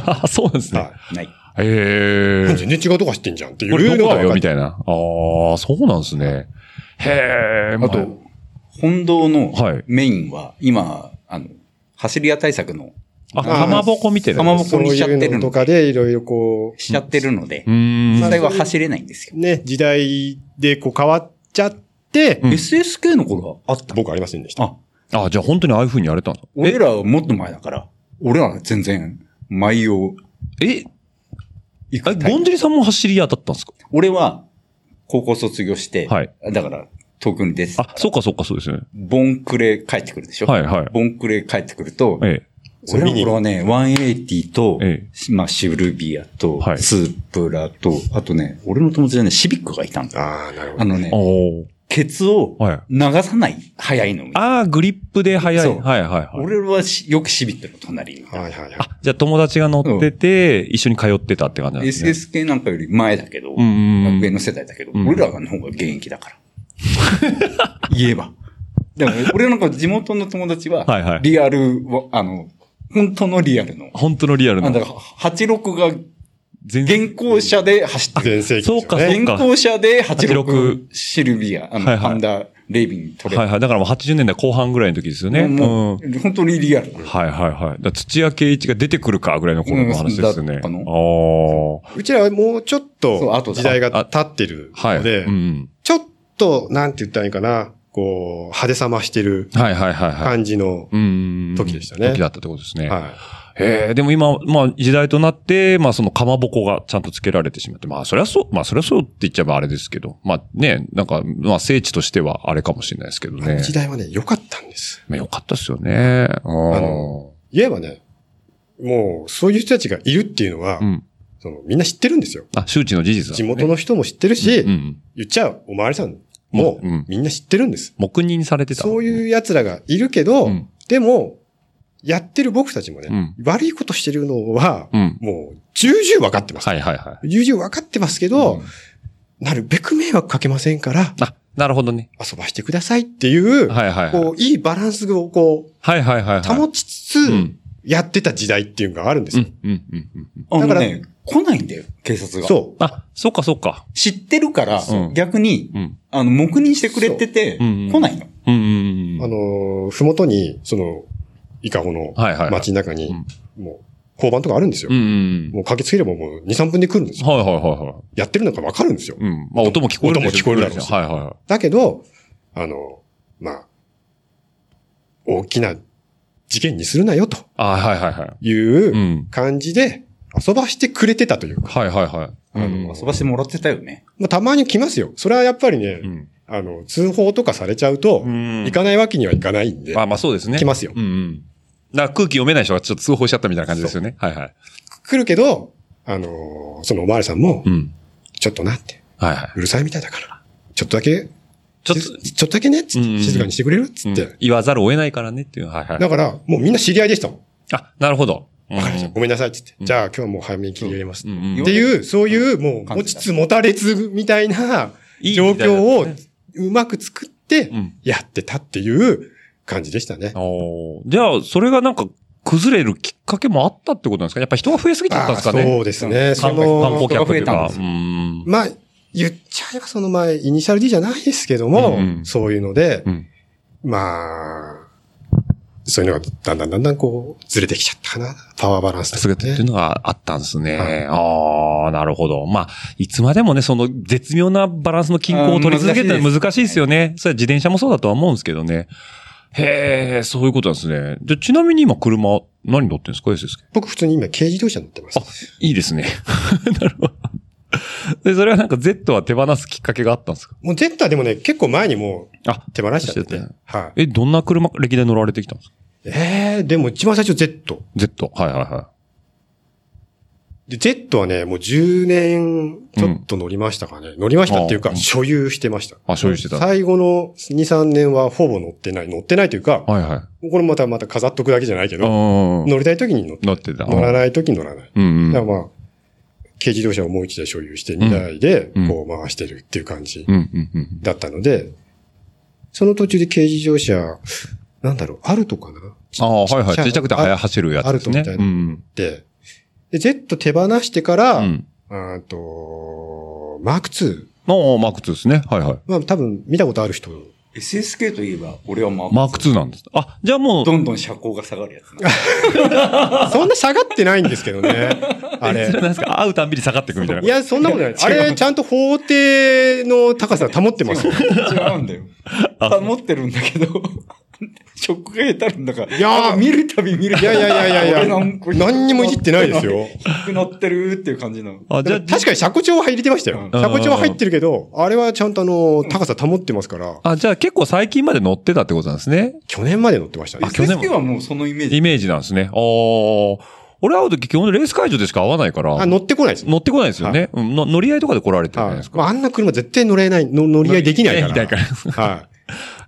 Speaker 1: あ そうなんですね。
Speaker 6: は
Speaker 5: ない。
Speaker 1: へえ。
Speaker 6: い。全然違うとこ走ってんじゃんっていう
Speaker 1: これど
Speaker 6: の
Speaker 1: こ
Speaker 6: が
Speaker 1: だ
Speaker 6: 分
Speaker 1: よ
Speaker 6: か
Speaker 1: み
Speaker 6: る。
Speaker 1: たいな。ああ、そうなんですね。へえ。
Speaker 5: あと、本堂の
Speaker 1: はい
Speaker 5: メインは、今、あの、走り屋対策の、
Speaker 1: まあ、あ、
Speaker 6: あー
Speaker 1: かまぼこみたいな。
Speaker 5: かまぼこ
Speaker 6: そういうのとかでいろいろこ
Speaker 5: しちゃってるので
Speaker 1: う、ーん。
Speaker 5: 実
Speaker 1: は
Speaker 5: 際は走れないんです
Speaker 6: う、
Speaker 5: よ。
Speaker 6: ね、時代でこう変わっちゃって
Speaker 1: う、ん
Speaker 5: SSK の頃はあった
Speaker 6: 僕ありませんでした。
Speaker 5: あ、
Speaker 1: あ、じゃあ本当にああいう風にやれたんだ。
Speaker 5: 俺らはもっと前だから、俺らは全然、前を
Speaker 1: え、
Speaker 5: 行
Speaker 1: え
Speaker 5: くタイ
Speaker 1: ゴン
Speaker 5: プ。
Speaker 1: ジリさんも走り屋だったんですか
Speaker 5: 俺は、高校卒業して、
Speaker 1: はい
Speaker 5: だから、東京に出てた
Speaker 1: あ、そっかそっかそうですね。
Speaker 5: ボンクレ帰ってくるでしょ
Speaker 1: はいはい
Speaker 5: ボンクレ帰ってくると、
Speaker 1: え
Speaker 6: そう見
Speaker 5: 俺の
Speaker 6: に
Speaker 5: 頃はね、180と、
Speaker 1: え
Speaker 5: まあ、シルビアと、
Speaker 1: はい
Speaker 5: スープラと、あとね、俺の友達はね、シビックがいたんだ。
Speaker 6: ああ、なるほ
Speaker 5: あ
Speaker 6: ど。
Speaker 5: の
Speaker 1: え。
Speaker 5: ね、
Speaker 1: おー
Speaker 5: ケツを
Speaker 1: はい
Speaker 5: 流さない、早いの。
Speaker 1: あー、グリップで速い。
Speaker 5: そう
Speaker 1: はいはいはい。
Speaker 5: 俺はしよくシビックの隣にいた。
Speaker 6: はいはいはい。
Speaker 1: あ、じゃあ友達が乗ってて、一緒に通ってたって感じなんですね。
Speaker 5: SS 系なんかより前だけど、
Speaker 1: うんうんうん
Speaker 5: 上の世代だけど、
Speaker 1: ん
Speaker 5: 俺らの方が現役だから。言えば。でも俺なんか地元の友達は
Speaker 1: はいは、い
Speaker 5: リアルは、あの、本当のリアルの。
Speaker 1: 本当のリアル
Speaker 5: あだ
Speaker 1: な
Speaker 5: か。ら、86が
Speaker 1: 全然。
Speaker 5: 現行車で走ってる。
Speaker 6: 全盛期ですよね。
Speaker 1: そうか
Speaker 5: 現行車で86
Speaker 1: 86
Speaker 5: シルビア、あの、
Speaker 1: はいはい
Speaker 5: ハンダレイビン取れ
Speaker 1: はいはい。だからもう80年代後半ぐらいの時ですよね。
Speaker 5: もう、
Speaker 1: うん
Speaker 5: 本当にリアル。
Speaker 1: はいはいはい。だから土屋圭一が出てくるかぐらいの頃の話ですよ
Speaker 5: うんだ
Speaker 1: ね
Speaker 5: った。
Speaker 6: うちらはもうちょっ
Speaker 5: そう
Speaker 6: と
Speaker 5: 後だ
Speaker 6: 時代が経ってる
Speaker 1: ああ。はい。
Speaker 6: ので
Speaker 1: う、ん。
Speaker 6: ちょっと、なんて言ったらいいかな、こう、派手さましてる
Speaker 1: はいはいはいはい。
Speaker 6: 感じの、
Speaker 1: うん。
Speaker 6: 時でしたね
Speaker 1: 時だったってことですね。
Speaker 6: は
Speaker 1: ええ、でも今、まあ時代となって、まあそのかまぼこがちゃんとつけられてしまって、まあそりゃそう、まあそりゃそうって言っちゃえばあれですけど、まあね、なんか、まあ聖地としてはあれかもしれないですけど
Speaker 6: い。あの
Speaker 1: ね。
Speaker 6: 時代はね、良かったんです。
Speaker 1: まあよかったですよね。あの
Speaker 6: の、言えばね、もう、そういう人たちがいるっていうのは
Speaker 1: う、ん。
Speaker 6: そのみんな知ってるんですよ。
Speaker 1: あ、周知の事実だ、
Speaker 6: 地元の人も知ってる
Speaker 1: う
Speaker 6: し、
Speaker 1: ん。
Speaker 6: 言っちゃうおまわりさんも
Speaker 1: うん
Speaker 6: みんな知ってるんです。
Speaker 1: 黙認されてた。
Speaker 6: そう
Speaker 1: う。
Speaker 6: いう奴らがいるけど
Speaker 1: うん、
Speaker 6: でも、やってる僕たちもね、
Speaker 1: う
Speaker 6: 悪いことしてるのは、
Speaker 1: うん。
Speaker 6: もう、重々分かってます。
Speaker 1: はいはいはい。
Speaker 6: 重々分かってますけど、なるべく迷惑かけませんから、
Speaker 1: あ、なるほどね。
Speaker 6: 遊ばしてくださいっていう、
Speaker 1: はいはいはい。
Speaker 6: こう、いいバランスをこう、
Speaker 1: はいはいはいはい。
Speaker 6: 保ちつつ、
Speaker 1: うん
Speaker 6: やってた時代っていうのがあるんです
Speaker 1: う
Speaker 6: よ。
Speaker 1: ん、うん、うんうん。うん
Speaker 5: あの
Speaker 6: だから
Speaker 5: ね、来ないんだよ、警察が。
Speaker 6: そ
Speaker 1: あ、そっかそっか。
Speaker 5: 知ってるから
Speaker 1: う、ん
Speaker 5: 逆に
Speaker 1: う、ん。
Speaker 5: あの、黙認してくれてて、
Speaker 1: そううんうん
Speaker 5: 来ないの。
Speaker 1: うんうんうんうん。
Speaker 6: う。あのー、ふもとに、その、伊香保の
Speaker 1: はいはいはい
Speaker 6: 街の中に、もう、交番とかあるんですよ。
Speaker 1: うんうんうん。
Speaker 6: もう駆けつければもう2、3分で来るんですよ。
Speaker 1: はいはいはいはい。
Speaker 6: やってるのかわかるんですよ。
Speaker 1: うん。まあ音も聞こえるでしょ
Speaker 6: 音も聞こえるだろうし
Speaker 1: はいはいはい。
Speaker 6: だけど、あの、まあ、大きな事件にするなよと
Speaker 1: あはいはいはい。。
Speaker 6: いううん感じで、遊ばしてくれてたというか、
Speaker 1: はいはいはい。
Speaker 5: あ
Speaker 1: うん
Speaker 5: の、遊ばしてもらってたよね。
Speaker 6: まあ、たまに来ますよ。それはやっぱりね、
Speaker 1: うん。
Speaker 6: あの、通報とかされちゃうと、
Speaker 1: うん
Speaker 6: 行かないわけにはいかないんで、
Speaker 1: あ、まあそうですね。
Speaker 6: 来ますよ
Speaker 1: うんうん。だから空気読めない人がちょっと通報しちゃったみたいな感じですよね。はいはい。
Speaker 6: 来るけど、あのーそのおまわりさんも
Speaker 1: う、ん。
Speaker 6: ちょっとなって、
Speaker 1: はいはい。
Speaker 6: うるさいみたいだから、ちょっとだけ、
Speaker 1: ちょっ
Speaker 6: しちょっとだけね、つって
Speaker 1: うんうん
Speaker 6: 静かにしてくれるっつって。
Speaker 1: と、うん言わざるを得ないからねっていう。はいはい。
Speaker 6: だから、もうみんな知り合いでしたもん。
Speaker 1: あ、なるほど。うん
Speaker 6: わかりました。ごめんなさいっつって。
Speaker 1: うん
Speaker 6: じゃあ今日はもう早めに切り上げます。
Speaker 1: うん
Speaker 6: っ
Speaker 1: うん
Speaker 5: よ
Speaker 6: ていう、そういう、もう、
Speaker 5: 感
Speaker 6: 持
Speaker 5: じ
Speaker 6: ち
Speaker 5: だ
Speaker 6: つ持たれつみたいない
Speaker 1: い
Speaker 6: 状
Speaker 1: 時代だ
Speaker 6: 況
Speaker 1: っ
Speaker 6: を
Speaker 1: たね
Speaker 6: うまく作って
Speaker 1: うん、
Speaker 6: やってたっていう感じでしたね。
Speaker 1: おーじゃあ、それがなんか、崩れるきっかけもあったってことなんですかやっぱ人が増えすぎちゃったんですか
Speaker 6: あー
Speaker 1: ね
Speaker 6: そうですね。そ
Speaker 1: 観光観光
Speaker 6: の、
Speaker 1: 客という
Speaker 5: 人が増えたん
Speaker 1: か
Speaker 5: で。す
Speaker 1: うん。
Speaker 6: まあ、言っちゃえばその前、イニシャル D じゃないですけども
Speaker 1: うんう、ん
Speaker 6: そういうので
Speaker 1: うん、
Speaker 6: まあ、そういうのがだんだんだんだんこう、ずれてきちゃったかな。パワーバランス
Speaker 1: す
Speaker 6: と
Speaker 1: れ
Speaker 6: か
Speaker 1: てっていうのがあったんですね。
Speaker 6: はい
Speaker 1: ああ、なるほど。まあ、いつまでもね、その絶妙なバランスの均衡を取り続けるのは難しいですよね。それは自転車もそうだとは思うんですけどね。へえ、そういうことなんですね。じゃあ、ちなみに今車、何乗ってるんですか ?SS
Speaker 6: 僕普通に今軽自動車乗ってます。
Speaker 1: いいですね。 なるほど。で、それはなんか Z は手放すきっかけがあったんですか
Speaker 6: もうゼッタでもね、結構前にも
Speaker 1: あ、
Speaker 6: う手放しちゃっ
Speaker 1: 手放してちゃって。
Speaker 6: はい。
Speaker 1: え、どんな車、歴代乗られてきたんですか
Speaker 6: ええでも一番最初 Z。
Speaker 1: ?Z。はいはいは
Speaker 6: で、Z はね、もう10年ちょっと乗りましたかね。乗りましたっていう
Speaker 1: あ
Speaker 6: か、
Speaker 1: ー
Speaker 6: 所有してました。
Speaker 1: あ所有してた
Speaker 6: 最後の2、3年はほぼ乗ってない。乗ってないというか
Speaker 1: い。、はいはい。
Speaker 6: これまたまた飾っとくだけじゃないけど、
Speaker 1: うん。
Speaker 6: 乗りたい時に乗って、
Speaker 1: 乗ってた。
Speaker 6: 乗らない時に乗らない。
Speaker 1: うんうん。
Speaker 6: だからまあ、軽自動車をもう一台所有して2台で
Speaker 1: うん、
Speaker 6: こう回してるっていう感じ
Speaker 1: うんうんうん。
Speaker 6: だったので、その途中で軽自動車、なんだろう、アルトかな
Speaker 1: ああ、はいはい。
Speaker 6: ちっちゃい
Speaker 1: ちっちゃくて速走るやつですね。
Speaker 6: あるとみたいな
Speaker 1: うん
Speaker 6: で、で、Z 手放してか
Speaker 1: う
Speaker 6: ら、
Speaker 1: ん。
Speaker 6: あーと、マーク2。
Speaker 1: のマーク2ですね。はいはい。
Speaker 6: まあ多分見たことある人。
Speaker 5: SSK といえば、俺はマ
Speaker 1: マーク2なんです。あ、じゃあもう、
Speaker 5: どんどん車高が下がるやつな。
Speaker 6: そんな下がってないんですけど ね。あ
Speaker 1: それ
Speaker 6: れ。
Speaker 1: なんですか会うたんびに下がっていくみたいな。
Speaker 6: いや、そんなことない。あ
Speaker 5: 違う
Speaker 6: れ、ちゃんと法 定の高さ保ってますよ。
Speaker 5: 違うんだよ。
Speaker 1: あ
Speaker 5: 持ってるんだけど、 食が下手なんだから。
Speaker 6: いやー
Speaker 5: 見るたび見る
Speaker 6: いやいやいやいやいや
Speaker 5: 俺なんか
Speaker 6: 何にもいじってないですよ。
Speaker 5: 低くなってるっていう感じなの。
Speaker 1: あ、じゃあ、
Speaker 6: 確かに車庫帳は入れてましたよ。
Speaker 1: うん
Speaker 6: 車庫帳は入ってるけど、あれはちゃんとあの、高さ保ってますから、
Speaker 1: あ、じゃあ結構最近まで乗ってたってことなんですね。
Speaker 6: 去年まで乗ってましたね
Speaker 1: あ。去年も
Speaker 5: SSK はもうそのイメージ。
Speaker 1: イメージなんですね。あー。俺会うとき基本レース会場でしか会わないから。
Speaker 6: あ、乗ってこないです。
Speaker 1: 乗ってこないですよね。うんの乗り合いとかで来られてるじゃない
Speaker 6: は
Speaker 1: です
Speaker 6: い。
Speaker 1: か。
Speaker 6: まあ、あんな車絶対乗れない、の乗り合いできないから。
Speaker 1: 乗り合いできない
Speaker 6: はい。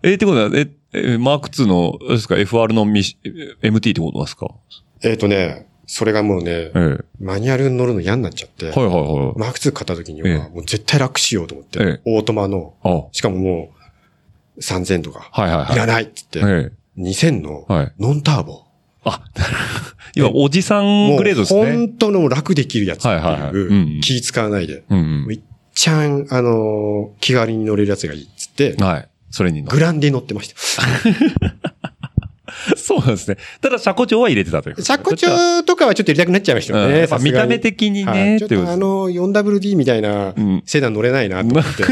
Speaker 1: えーってことは、え、えマーク2の、あれですか、FR のミシえ MT ってことですか
Speaker 6: えっ、とね、それがもうね
Speaker 1: ええ、
Speaker 6: マニュアルに乗るの嫌になっちゃって、
Speaker 1: はいはいはい。
Speaker 6: マーク2買った時に
Speaker 1: え
Speaker 6: は、もう絶対楽しようと思って、
Speaker 1: ええ
Speaker 6: オートマの、
Speaker 1: あ、は
Speaker 6: しかももう、3000とか、
Speaker 1: いはいはいい。
Speaker 6: らないっつって、
Speaker 1: ええ
Speaker 6: 2000の
Speaker 1: はい、
Speaker 6: ノンターボ。
Speaker 1: あ、今、おじさん
Speaker 6: も
Speaker 1: グレード
Speaker 6: う、
Speaker 1: ですね。
Speaker 6: 本当の楽できるやつって
Speaker 1: はいはいはいうんう
Speaker 6: い
Speaker 1: ん
Speaker 6: う、気使わないで、
Speaker 1: うん
Speaker 6: もういっちゃん、あのー気軽に乗れるやつがいいっつって
Speaker 1: うん。、はい。それに乗
Speaker 6: グランデ乗ってました。
Speaker 1: そうなんですね。ただ、車庫帳は入れてたということで
Speaker 6: 車
Speaker 1: すね
Speaker 6: 庫帳とかはちょっと入れたくなっちゃいましたよ
Speaker 1: うんや
Speaker 6: ね。
Speaker 1: っぱ
Speaker 6: さすがに
Speaker 1: 見た目的にね
Speaker 6: はいちょっ
Speaker 1: ってい
Speaker 6: と
Speaker 1: うことです
Speaker 6: あの、4WD みたいな
Speaker 1: うん
Speaker 6: セダン乗れないなと思って。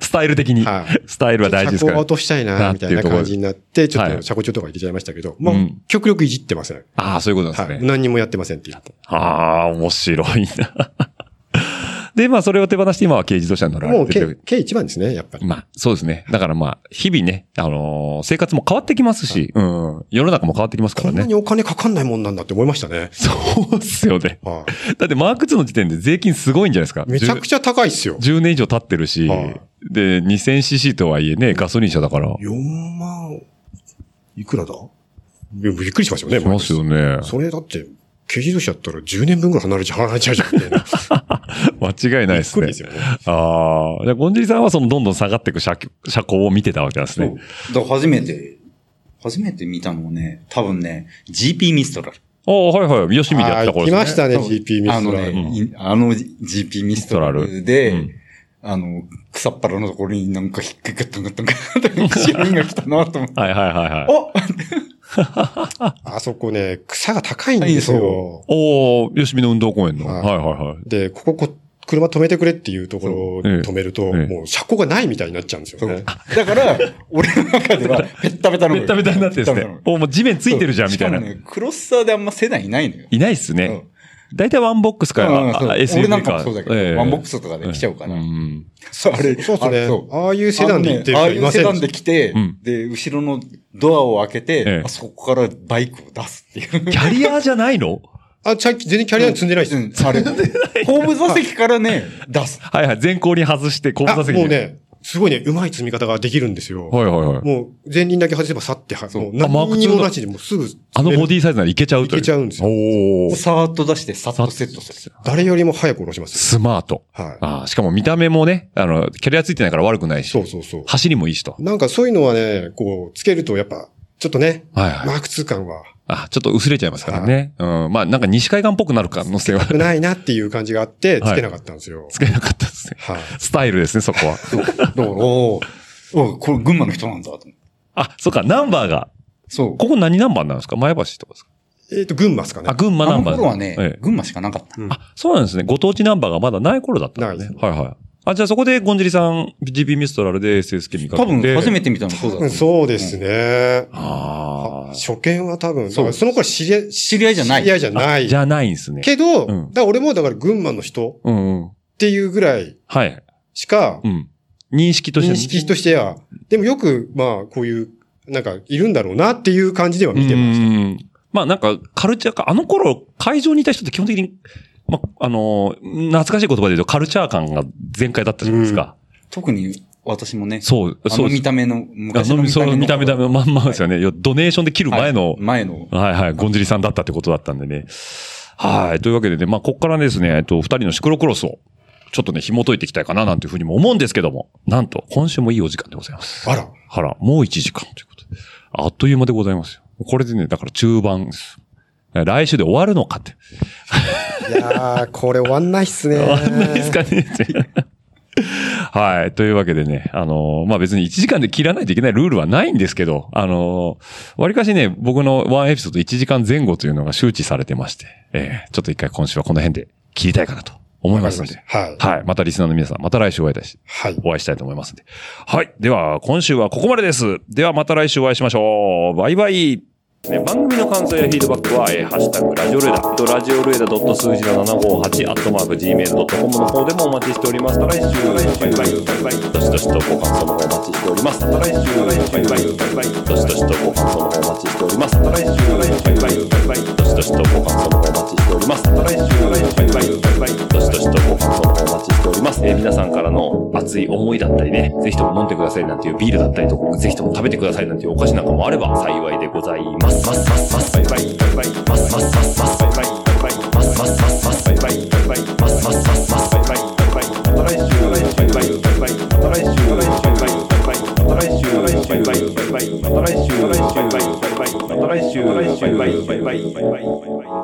Speaker 1: スタイル的に。
Speaker 6: はい
Speaker 1: スタイルは大事です
Speaker 6: 車庫
Speaker 1: か
Speaker 6: を
Speaker 1: ら
Speaker 6: 落。としたいな、みたい
Speaker 1: な
Speaker 6: な
Speaker 1: っていうところ
Speaker 6: 感じになって、ちょっ
Speaker 1: はい
Speaker 6: と車庫帳とか入れちゃいましたけど、まあ
Speaker 1: うん、
Speaker 6: 極力いじってません。
Speaker 1: ああ、そういうことなん
Speaker 6: は
Speaker 1: です
Speaker 6: い。
Speaker 1: ね。
Speaker 6: 何にもやってませんっていう。
Speaker 1: ああ、面白いな。 で、まあ、それを手放して今は軽自動車に乗ら
Speaker 6: も
Speaker 1: れ
Speaker 6: う、
Speaker 1: て
Speaker 6: 計
Speaker 1: る。
Speaker 6: 計一番ですね、やっぱり。
Speaker 1: まあ、そうですね。だからまあ、日々ね、あのー生活も変わってきますし、うん。世の中も変わってきますか
Speaker 6: こ
Speaker 1: ら
Speaker 6: んな
Speaker 1: ね。
Speaker 6: にお金かかんないもんなんだって思いましたね。
Speaker 1: そうっすよね。
Speaker 6: は
Speaker 1: だってマーク2の時点で税金すごいんじゃないですか。
Speaker 6: い。めちゃくちゃ高いっすよ。
Speaker 1: 10年以上経ってるし、
Speaker 6: はい
Speaker 1: で、2000cc とはいえね、ガソリン車だから。
Speaker 6: 4万、いくらだいやびっくりしましたよね、
Speaker 1: しますよね。
Speaker 6: それだって、軽自動車だったら10年分ぐらい離れちゃ離れちゃうじゃん。みたいな
Speaker 1: 間 違いな
Speaker 6: び
Speaker 1: いで
Speaker 6: っ
Speaker 1: す
Speaker 6: くり
Speaker 1: ね
Speaker 6: で。すよね。
Speaker 1: ああ。じゃあ、ゴンジリさんはそのどんどん下がっていく車車高を見てたわけなんですね。
Speaker 5: だから初めて、初めて見たのはね、多分ね、GP ミストラル。
Speaker 1: ああ、はいはい。吉見でやった
Speaker 6: あ
Speaker 1: 頃
Speaker 6: ー来
Speaker 1: ですね。
Speaker 6: ましたね、
Speaker 5: 多分
Speaker 6: GP ミ
Speaker 5: あ
Speaker 6: ス
Speaker 5: の
Speaker 6: トラ
Speaker 5: ね、
Speaker 6: ル。
Speaker 5: いあの GP ミストラルで、
Speaker 1: うん
Speaker 5: あの、草っぱらのところになんかひっくりガッタンガッタンガッタン、白いが来たなと思って。
Speaker 1: はいはいはいはい。
Speaker 5: お
Speaker 6: あそこね、草が高いんですよ。
Speaker 1: おお吉見の運動公園の。
Speaker 6: は
Speaker 1: は
Speaker 6: いい
Speaker 1: はいはい。
Speaker 6: で、こここ、車止めてくれっていうところを
Speaker 1: そうええ
Speaker 6: 止めると、
Speaker 1: ええ
Speaker 6: もう車庫がないみたいになっちゃうんですよね。
Speaker 5: だから、俺の中 では、ペッタペタの。
Speaker 1: ベタベタになってですね。おもう地面ついてるじゃんみたいな。
Speaker 5: しかもね、クロスサーであんま世代いないのよ。
Speaker 1: いないっす
Speaker 5: う
Speaker 1: ね
Speaker 5: ん。
Speaker 1: 大体ワンボックスか
Speaker 5: うんうんそう
Speaker 1: あ SUV
Speaker 5: 俺なんかもそうだけど、
Speaker 1: ええ
Speaker 5: ワンボックスとかで来ちゃうから。
Speaker 1: ん。
Speaker 5: そう、あれ、
Speaker 6: そう
Speaker 5: あれ
Speaker 6: ですね。ああいうセダンで行ってる
Speaker 5: あの
Speaker 6: 人
Speaker 5: ね
Speaker 6: いませ
Speaker 5: ああいうセダン
Speaker 6: ん
Speaker 5: で。来て、
Speaker 1: うん
Speaker 5: で、後ろのドアを開けて、
Speaker 1: ええ
Speaker 5: あそこからバイクを出すっていう。
Speaker 1: キャリアじゃないの
Speaker 6: あ、ちゃ全然キャリアに積んでないです。
Speaker 5: うん、あ れ、ホーム座席からね、出す。
Speaker 1: はいはい。前後に外して、後部
Speaker 6: あ
Speaker 1: 座席に
Speaker 6: もう。ね、すごいね、うまい積み方ができるんですよ。
Speaker 1: はいはいはい。
Speaker 6: もう、前輪だけ外せばさっては、もう
Speaker 1: あマー
Speaker 6: 何に
Speaker 1: ク
Speaker 6: も
Speaker 1: ツーだ
Speaker 6: なしで、もうすぐ、
Speaker 1: あのボディサイズならいけちゃうという。
Speaker 6: いけちゃうんですよ
Speaker 1: おお。
Speaker 5: さーっと出して、さっとセットする。
Speaker 6: 誰よりも早く下ろします。
Speaker 1: スマート。
Speaker 6: はい
Speaker 1: ああしかも見た目もね、あの、キャリアついてないから悪くないし。
Speaker 6: そうそうそう。
Speaker 1: 走りもいいしと。
Speaker 6: なんかそういうのはね、こう、つけるとやっぱ、ちょっとね、
Speaker 1: はいはい
Speaker 6: マーク2感は
Speaker 1: あ、ちょっと薄れちゃいますからね。うん。まあ、なんか西海岸っぽくなる可能性は
Speaker 6: 少ないなっていう感じがあって、
Speaker 1: はい
Speaker 6: つけなかったんですよ。
Speaker 1: つけなかった ですね。
Speaker 6: はい。
Speaker 1: スタイルですね、そこは。
Speaker 5: だから、おーおいこれ群馬の人なんだと思って。
Speaker 1: あ、そっか、ナンバーが。
Speaker 5: そう。
Speaker 1: ここ何ナンバーなんですか前橋とかですか
Speaker 6: えっと、群馬ですかね
Speaker 1: あ、。群馬ナ
Speaker 5: あ
Speaker 1: ン
Speaker 5: の
Speaker 1: バー。
Speaker 5: 頃はね、
Speaker 1: ええ
Speaker 5: 群馬しかなかった。
Speaker 1: あ、そうなんですね。ご当地ナンバーがまだない頃だったんですね。はいはい。あ、じゃあそこでゴンジリさん、GP ミストラルで SSK 見かけて。
Speaker 5: 多分、初
Speaker 1: て。
Speaker 5: めて見たのそうだ
Speaker 6: う
Speaker 5: と思
Speaker 6: ん
Speaker 5: う。
Speaker 6: そうですね。
Speaker 1: ああ。
Speaker 6: 初見は多分、だ
Speaker 5: そう
Speaker 6: からその頃知り合い、知
Speaker 5: 知り合いじゃない。
Speaker 6: り合いじゃない
Speaker 1: じ。ゃないんですね。
Speaker 6: けど、
Speaker 1: う
Speaker 6: だ
Speaker 1: ん
Speaker 6: から俺もだから群馬の人
Speaker 1: うんうん。
Speaker 6: っていうぐらい
Speaker 1: はい。
Speaker 6: しか
Speaker 1: うん。認識として
Speaker 6: 認識としては、でもよく、まあ、こういう、なんか、いるんだろうなっていう感じでは見てます。
Speaker 1: ままあなんか、カルチャーか、あの頃、会場にいた人って基本的に、まあ、あのー、懐かしい言葉で言うとカルチャー感が全開だったじゃないですか。
Speaker 5: 特に私もね、
Speaker 1: そう、
Speaker 5: あ
Speaker 1: そ
Speaker 5: の
Speaker 1: うです
Speaker 5: 見た目の、
Speaker 1: あ
Speaker 5: 昔の
Speaker 1: の
Speaker 5: 見た
Speaker 1: そ
Speaker 5: 目
Speaker 1: の
Speaker 5: の。
Speaker 1: 見た目だまんまですよね。要はドネーションで切る前の
Speaker 5: はい、前の。
Speaker 1: はいはい、ゴンジリさんだったってことだったんでね。はい。というわけでね、まあ、ここからですね、えっと、二人のシクロクロスを、ちょっとね、紐解いていきたいかな、なんていうふうにも思うんですけども、なんと、今週もいいお時間でございます。
Speaker 6: あら。
Speaker 1: あら、もう1時間ということで。あっという間でございますよ。これでね、だから中盤です。来週で終わるのかって。
Speaker 6: いやー、これ終わんないっすね。
Speaker 1: 終わんないですかね。はい。というわけでね、あのーまあ、別に1時間で切らないといけないルールはないんですけど、あのーわりかしね、僕のワンエピソード1時間前後というのが周知されてまして、えーちょっと一回今週はこの辺で切りたいかなと
Speaker 4: 思いますん
Speaker 6: わ
Speaker 4: で。
Speaker 6: かりましたはい。
Speaker 4: はい。またリスナーの皆さん、また来週お会いいたし、
Speaker 6: はい。
Speaker 4: お会いしたいと思いますんで。はい。では、今週はここまでです。では、また来週お会いしましょう。バイバイ。ね、番組の感想やフィードバックは、えーハッシュタグ、ラジオルエダ、えっとラジオルエダ数字の758、アットマーク、gmail.com の方でもお待ちしております。また来週、バイバイ、バイバイ、どしどしとご感想の方お待ちしております。また来週、バイバイ、バイバイ、どしどしとご感想の方お待ちしております。また来週、バイバイ、バイバイ、どしどしとご感想の方お待ちしております。また来週、バイバイ、バイバイ、どしどしとご感想の方お待ちしております。えー皆さんからの熱い思いだったりね、ぜひとも飲んでくださいなんていうビールだったりとか、ぜひとも食べてくださいなんていうお菓子なんかもあれば幸いでございます。ますますますバイバイバイバイますますますますバイバイバイバイますますますますバイバイバイバイますますますますバイバイバイバイまた来週バイバイバイバイまた来週バイバイバイバイまた来週バイバイバイバイまた来週バイバイバイバイまた来週バイバイバイバイバイバイ